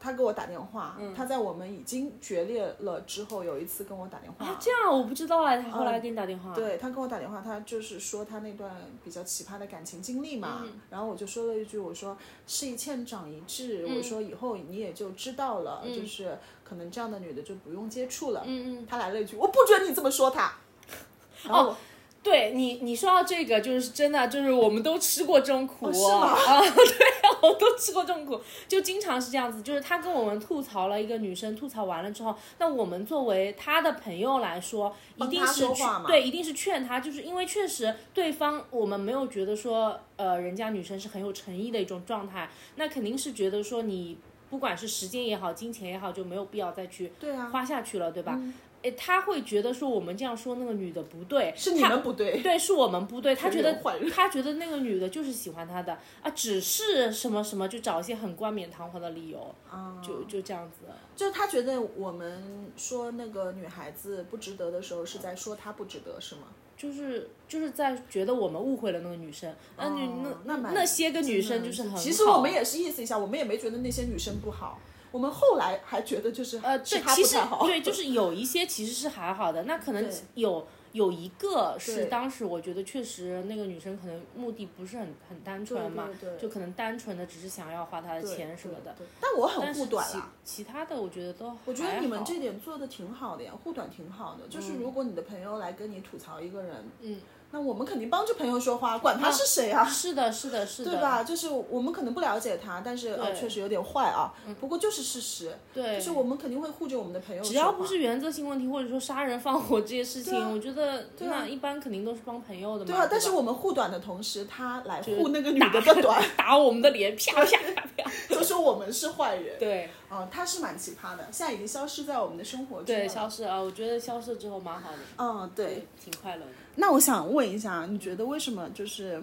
S1: 他给我打电话，他在我们已经决裂了之后，有一次跟我打电话，嗯
S2: 啊，这样我不知道哎，他后来给你打电话，
S1: 对他跟我打电话，他就是说他那段比较奇葩的感情经历嘛，
S2: 嗯
S1: 然后我就说了一句，我说事一堑长一智，
S2: 嗯
S1: 我说以后你也就知道了，就是可能这样的女的就不用接触了。
S2: 嗯嗯，
S1: 他来了一句，我不准你这么说她。
S2: 哦
S1: 然后我、
S2: 对你你说到这个就是真的，就是我们都吃过这种苦、
S1: 哦是吗
S2: 啊， [laughs] 对啊，我都吃过这种苦，就经常是这样子，就是他跟我们吐槽了一个女生，吐槽完了之后，那我们作为他的朋友来说，一
S1: 帮
S2: 定
S1: 他
S2: 是
S1: 说
S2: 去
S1: 话嘛
S2: 对，一定是劝他，就是因为确实对方我们没有觉得说，呃，人家女生是很有诚意的一种状态，那肯定是觉得说你不管是时间也好，金钱也好，就没有必要再去
S1: 对啊，
S2: 花下去了，对吧？诶，他会觉得说我们这样说那个女的不对，
S1: 是你
S2: 他
S1: 们不对，
S2: 对，是我们不对，他觉得
S1: 人坏人
S2: 他觉得那个女的就是喜欢他的啊，只是什么什么就找一些很冠冕堂皇的理由，
S1: 啊
S2: 就就这样子。
S1: 就是他觉得我们说那个女孩子不值得的时候，是在说她不值得，是吗？
S2: 就是就是在觉得我们误会了那个女生，那女、啊那
S1: 哦那蛮
S2: 那些个女生就是很
S1: 其实我
S2: 好
S1: 们也是意思一下，我们也没觉得那些女生不好，我们后来还觉得就是
S2: 呃，
S1: 是
S2: 对，
S1: 她
S2: 其
S1: 不
S2: 实
S1: 太好，
S2: 对，就是有一些其实是还好的，那可能
S1: 对
S2: 有有一个是
S1: 对
S2: 当时我觉得确实那个女生可能目的不是很很单
S1: 对
S2: 纯嘛，
S1: 对对
S2: 就可能单纯的只是想要花他的
S1: 对
S2: 钱什么的。。
S1: 对对但我很
S2: 但是
S1: 护短
S2: 其
S1: 啦，
S2: 其他的我觉得都
S1: 我觉得
S2: 还
S1: 你们
S2: 好
S1: 这点做的挺好的呀，护短挺好的。就是如果你的朋友来跟你吐槽一个人，
S2: 嗯，
S1: 那我们肯定帮着朋友说话，管他是谁啊。
S2: 是的，是的，是的，
S1: 对吧？就是我们可能不了解他，但是呃，
S2: 对嗯
S1: 确实有点坏啊。不过就是事实，
S2: 对，
S1: 就是我们肯定会护着我们的朋友说话。
S2: 只要不是原则性问题，或者说杀人放火这些事情，
S1: 对啊
S2: 我觉得、
S1: 对啊
S2: 那一般肯定都是帮朋友的嘛。
S1: 对
S2: 对
S1: 啊
S2: 吧，，
S1: 但是我们护短的同时，他来
S2: 就是
S1: 护那个女的
S2: [laughs]
S1: 的短，
S2: 打我们的脸，啪啪啪啪。
S1: 就说我们是坏人。
S2: 对
S1: 哦，他是蛮奇葩的，现在已经消失在我们的生活中了。
S2: 对，消失啊，我觉得消失之后蛮好的，
S1: 嗯，对。，
S2: 挺快乐的。
S1: 那我想问一下，啊你觉得为什么就是，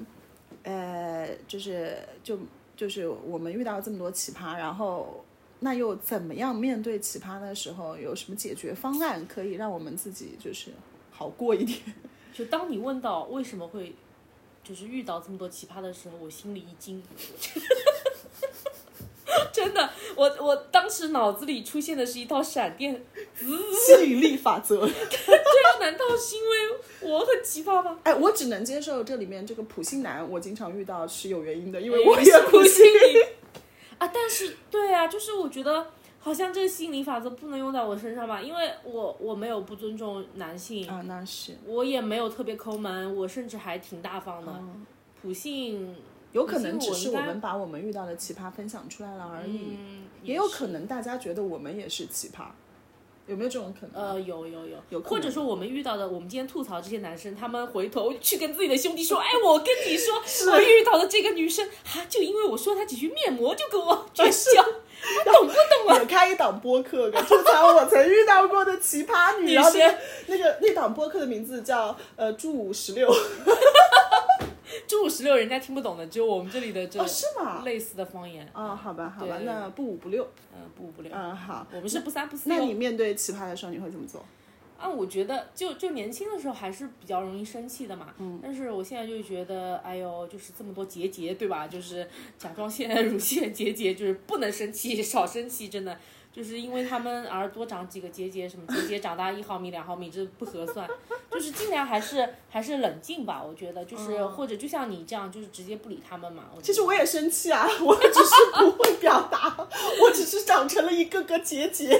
S1: 呃，就是就就是我们遇到这么多奇葩，然后那又怎么样面对奇葩的时候，有什么解决方案可以让我们自己就是好过一点？
S2: 就当你问到为什么会就是遇到这么多奇葩的时候，我心里一惊。 [laughs] 真的，我我当时脑子里出现的是一套闪电，
S1: 吸引力法则。 [laughs]
S2: 这 [laughs] 难道是因为我很奇葩吗？
S1: 哎，我只能接受这里面这个普信男，我经常遇到是有原因的，因为
S2: 哎 [laughs]
S1: 我
S2: 是
S1: 也
S2: 不
S1: 不
S2: 信
S1: 信。 [laughs]
S2: 你啊！但是对啊，就是我觉得好像这个心理法则不能用在我身上吧，因为我我没有不尊重男性，
S1: 啊，那是
S2: 我也没有特别抠门，我甚至还挺大方的。
S1: 哦
S2: 普信
S1: 有可能
S2: 普信
S1: 只
S2: 我
S1: 是
S2: 应
S1: 我
S2: 该
S1: 们把我们遇到的奇葩分享出来了而已，
S2: 嗯
S1: 也有
S2: 是
S1: 可能大家觉得我们也是奇葩，有没有这种可能啊？
S2: 呃，有有有
S1: 有可
S2: 或者
S1: 能
S2: 说我们遇到的，我们今天吐槽这些男生，他们回头去跟自己的兄
S1: [laughs]
S2: 弟说，哎，我跟你说，我遇到的这个女生，啊，就因为我说她几句面膜就跟我绝交，她懂不懂啊？
S1: 也开一档播客，吐槽我曾遇到过的奇
S2: [laughs]
S1: 葩女。啊
S2: 女
S1: 然后那
S2: 生
S1: 个那个那档播客的名字叫呃祝五十六，
S2: [laughs] 中午十六人家听不懂的，只有我们这里的这、
S1: 哦是吗？
S2: 类似的方言，
S1: 哦，好吧，好吧，
S2: 对
S1: 那不五不六，
S2: 嗯、不五不六，
S1: 嗯，好。
S2: 我们是不三不四
S1: 那你
S2: 哟。
S1: 面对奇葩的时候，你会怎么做？
S2: 啊，我觉得就就年轻的时候还是比较容易生气的嘛，嗯，但是我现在就觉得，哎呦，就是这么多结节对吧？就是甲状腺、 [laughs] 乳腺结节，就是不能生气，少生气，真的。就是因为他们而多长几个结节，什么结节长大一毫米、两毫米，这不合算。就是尽量还是还是冷静吧，我觉得就是、
S1: 嗯
S2: 或者就像你这样，就是直接不理他们嘛。我觉
S1: 其实
S2: 得
S1: 我也生气啊， [laughs] 我只是不会表达， [laughs] 我只是长成了一个个结节。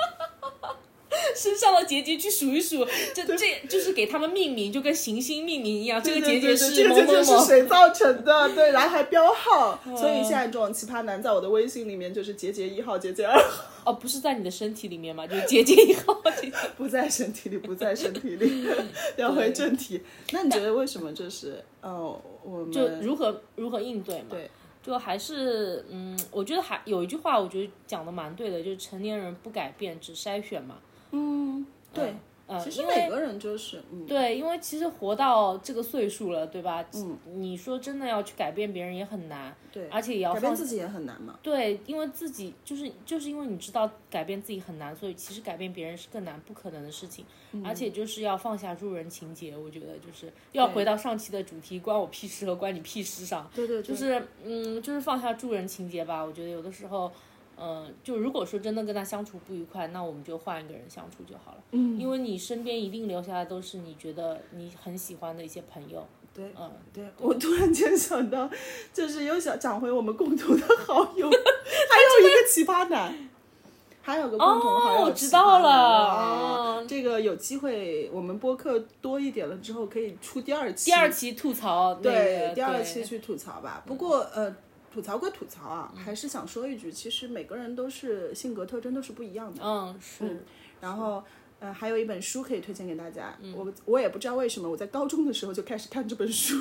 S2: [laughs] 身上的结节去数一数，这这就是给他们命名，就跟行星命名一样，啊这个结节
S1: 对
S2: 是
S1: 对
S2: 某
S1: 对这
S2: 某
S1: 个结节是 [laughs]
S2: 某。哦
S1: 谁造成的？对，然后还标
S2: [laughs]
S1: 号，所以现在这种奇葩男在我的微信里面就是结节一号、结节二号，
S2: 哦，不是在你的身体里面嘛，就是结节以后，结节
S1: [laughs] 不在身体里，不在身体
S2: [laughs]
S1: 里。聊回正题，那你觉得为什么就是呃，我们
S2: [laughs] 就如何如何应对嘛？
S1: 对，
S2: 就还是嗯，我觉得还有一句话，我觉得讲的蛮对的，就是成年人不改变，只筛选嘛。
S1: 嗯对，
S2: 呃，
S1: 其实
S2: 因
S1: 每
S2: 为
S1: 个人就是嗯
S2: 对，因为其实活到这个岁数了，对吧？嗯，你说真的要去改变别人也很难，
S1: 对，
S2: 而且也要
S1: 改变
S2: 放
S1: 自己也很难嘛。
S2: 对，因为自己就是就是因为你知道改变自己很难，所以其实改变别人是更难、不可能的事情，而
S1: 嗯
S2: 且就是要放下助人情节。我觉得就是要回到上期的主题，关我屁事和关你屁事上，
S1: 对对，
S2: 就是嗯，就是放下助人情节吧。我觉得有的时候，呃，就如果说真的跟他相处不愉快，那我们就换一个人相处就好了。嗯，因为你身边一定留下的都是你觉得你很喜欢的一些朋友。
S1: 对，
S2: 嗯，
S1: 对我突然间想到，就是又想讲回我们共同的好
S2: [laughs]
S1: 友，还有一个奇葩男，还有个共同好友、
S2: 哦我知道了
S1: 啊
S2: 嗯
S1: 这个有机会我们播客多一点了之后，可以出第二期，
S2: 第二期吐槽哦那
S1: 对
S2: 个，
S1: 第二
S2: 对嗯
S1: 期去吐槽吧。不过呃，吐槽归吐槽啊，还是想说一句，其实每个人都是性格特征都是不一样的。
S2: 嗯是嗯
S1: 然后呃，还有一本书可以推荐给大家。我我也不知道为什么，我在高中的时候就开始看这本
S2: [laughs]
S1: 书，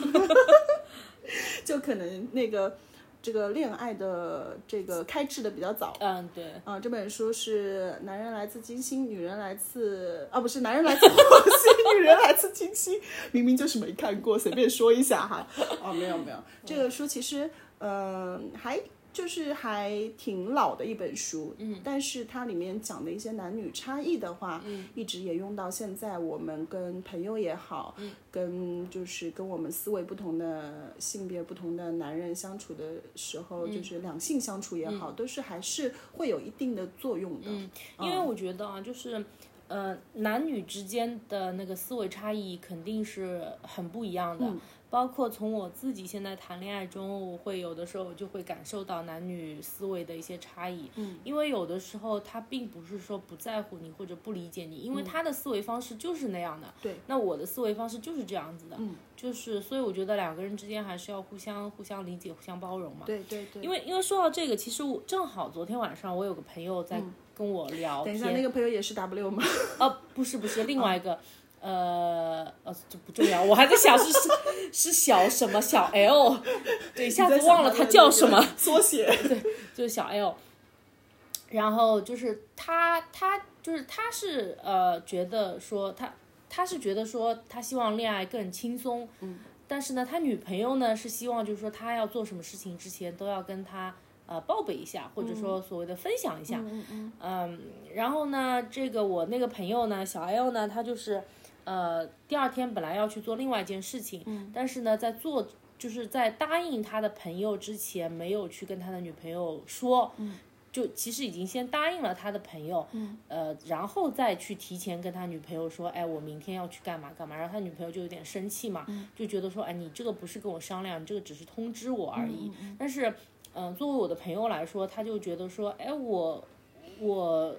S1: 就可能那个这个恋爱的这个开智的比较早。
S2: 嗯对，
S1: 啊、这本书是男人来自金星，女人来自啊，不是男人来自火 [laughs] 星，女人来自金星，明明就是没看过，随便说一下哈。哦，没有没有，这个书其实嗯、呃还就是还挺老的一本书，嗯，但是它里面讲的一些男女差异的话，嗯，一直也用到现在，我们跟朋友也好，嗯，跟就是跟我们思维不同的性别不同的男人相处的时候，就是两性相处也好，都是还是会有一定的作用的，嗯，
S2: 因为我觉得啊，就是，呃，男女之间的那个思维差异肯定是很不一样的。包括从我自己现在谈恋爱中，我会有的时候我就会感受到男女思维的一些差异。嗯，因为有的时候他并不是说不在乎你或者不理解你，因为他的思维方式就是那样的。
S1: 对，
S2: 那我的思维方式就是这样子的。嗯，就是所以我觉得两个人之间还是要互相互相理解、互相包容嘛。
S1: 对对对，
S2: 因为因为说到这个，其实我正好昨天晚上我有个朋友在跟我聊
S1: 嗯等
S2: 天，
S1: 一下那个朋友也是 W 吗？
S2: 哦，不是不是，另外一个，呃呃，这不重要，我还在想是是是小什么小 L，对，一下子忘了他叫什么，
S1: [laughs] 缩写，
S2: 就是小 L。然后就是他，他就是他是呃，觉得说他他是觉得说他希望恋爱更轻松，嗯，但是呢，他女朋友呢是希望就是说他要做什么事情之前都要跟他呃报备一下，或者说所谓的分享一下，
S1: 嗯嗯，
S2: 嗯，然后呢，这个我那个朋友呢，小 L 呢，他就是，呃，第二天本来要去做另外一件事情，
S1: 嗯
S2: 但是呢，在做就是在答应他的朋友之前，没有去跟他的女朋友说，就其实已经先答应了他的朋友，呃，然后再去提前跟他女朋友说，哎，我明天要去干嘛干嘛，然后他女朋友就有点生气嘛，就觉得说，哎，你这个不是跟我商量，你这个只是通知我而已。但是，嗯、作为我的朋友来说，他就觉得说，哎，我我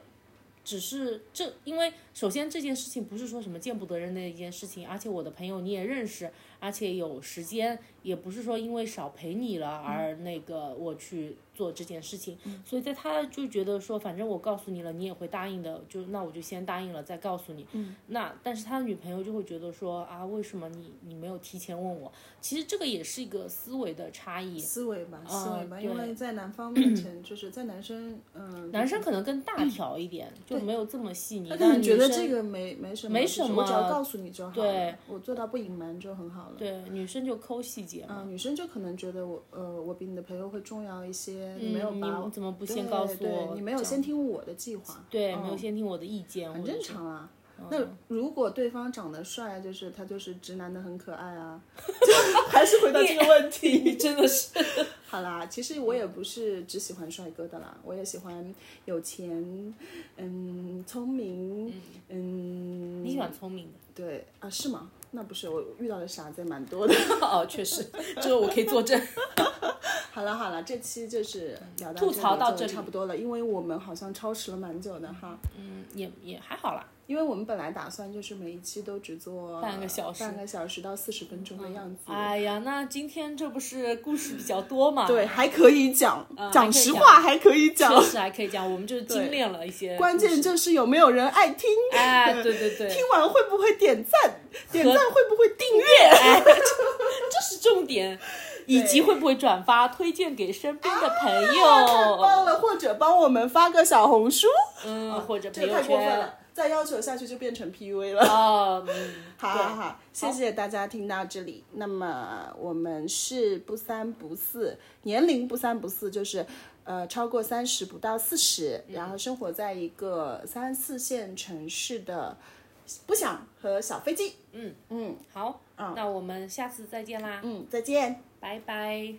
S2: 只是这，因为首先这件事情不是说什么见不得人的一件事情，而且我的朋友你也认识，而且有时间，也不是说因为少陪你了而那个我去做这件事情，所以在他就觉得说，反正我告诉你了，你也会答应的，就那我就先答应了再告诉你。那但是他的女朋友就会觉得说啊，为什么你你没有提前问我？其实这个也是一个思维的差异，
S1: 思维吧，思维吧，
S2: 嗯对
S1: 因为在男方面
S2: [clears throat]
S1: 前，就是在男生，嗯，
S2: 男生可能更大条一点，就没有这么细腻。
S1: 他可
S2: 但
S1: 能觉得
S2: 女生
S1: 这个没没什么，
S2: 没
S1: 就是
S2: 什
S1: 我只要
S2: 么
S1: 告诉你就好，
S2: 对，
S1: 我做到不隐瞒就很好了。
S2: 对女生就抠细节
S1: 啊、
S2: 嘛，
S1: 女生就可能觉得我呃，我比你的朋友会重要一些，
S2: 嗯
S1: 你没有把
S2: 你
S1: 我
S2: 怎么不
S1: 对
S2: 先告诉
S1: 对
S2: 我
S1: 你没有
S2: 这
S1: 先
S2: 样
S1: 听我的计划，
S2: 对，
S1: 嗯
S2: 没有先听我的意见，
S1: 很
S2: 或者
S1: 正
S2: 是嗯
S1: 常啊。那如果对方长得帅，啊就是他就是直男的很可爱
S2: [laughs]
S1: 啊，还是回到这个问题，
S2: 你真的是，
S1: [laughs] 好啦，其实我也不是只喜欢帅哥的啦，我也喜欢有钱，嗯，聪明，嗯，
S2: 你喜欢聪明
S1: [laughs]
S2: 的
S1: 对啊，是吗？那不是，我遇到的傻子也蛮多的。 [laughs]
S2: 哦，确实，这个我可以作证。
S1: 好了好了，这期就是聊到
S2: 吐槽到
S1: 这
S2: 这
S1: 里
S2: 里
S1: 就差不多了，因为我们好像超时了蛮久的哈，
S2: [laughs] 嗯，也也还好啦。
S1: 因为我们本来打算就是每一期都只做
S2: 半个小时
S1: 半个小时到四十分钟的样子。
S2: 哎呀，那今天这不是故事比较多嘛？
S1: 对，，还可以讲，
S2: 嗯
S1: 讲
S2: 还可以
S1: 实
S2: 讲
S1: 话还可以讲，
S2: 确实还可以讲，我们就是精炼了一些。
S1: 关键就是有没有人爱听。
S2: 哎，对对对，
S1: 听完会不会点赞？点赞会不会订阅？
S2: 哎，这这是
S1: [laughs]
S2: 重点，以及会不会转发推荐给身边
S1: 啊
S2: 的朋
S1: 太棒
S2: 友，
S1: 了，或者帮我们发个小红书，
S2: 嗯，或者朋
S1: 这个
S2: 友
S1: 太过分
S2: 圈
S1: 了。，再要求下去就变成 PUA 了。
S2: 哦，嗯，
S1: 好好好，谢谢大家听到这里。那么我们是不三不四，年龄不三不四，就是呃超过三十不到四十、然后生活在一个三四线城市的不想和小飞机。
S2: 嗯
S1: 嗯
S2: 好，那我们下次再见啦，
S1: 嗯，再见。
S2: 拜拜。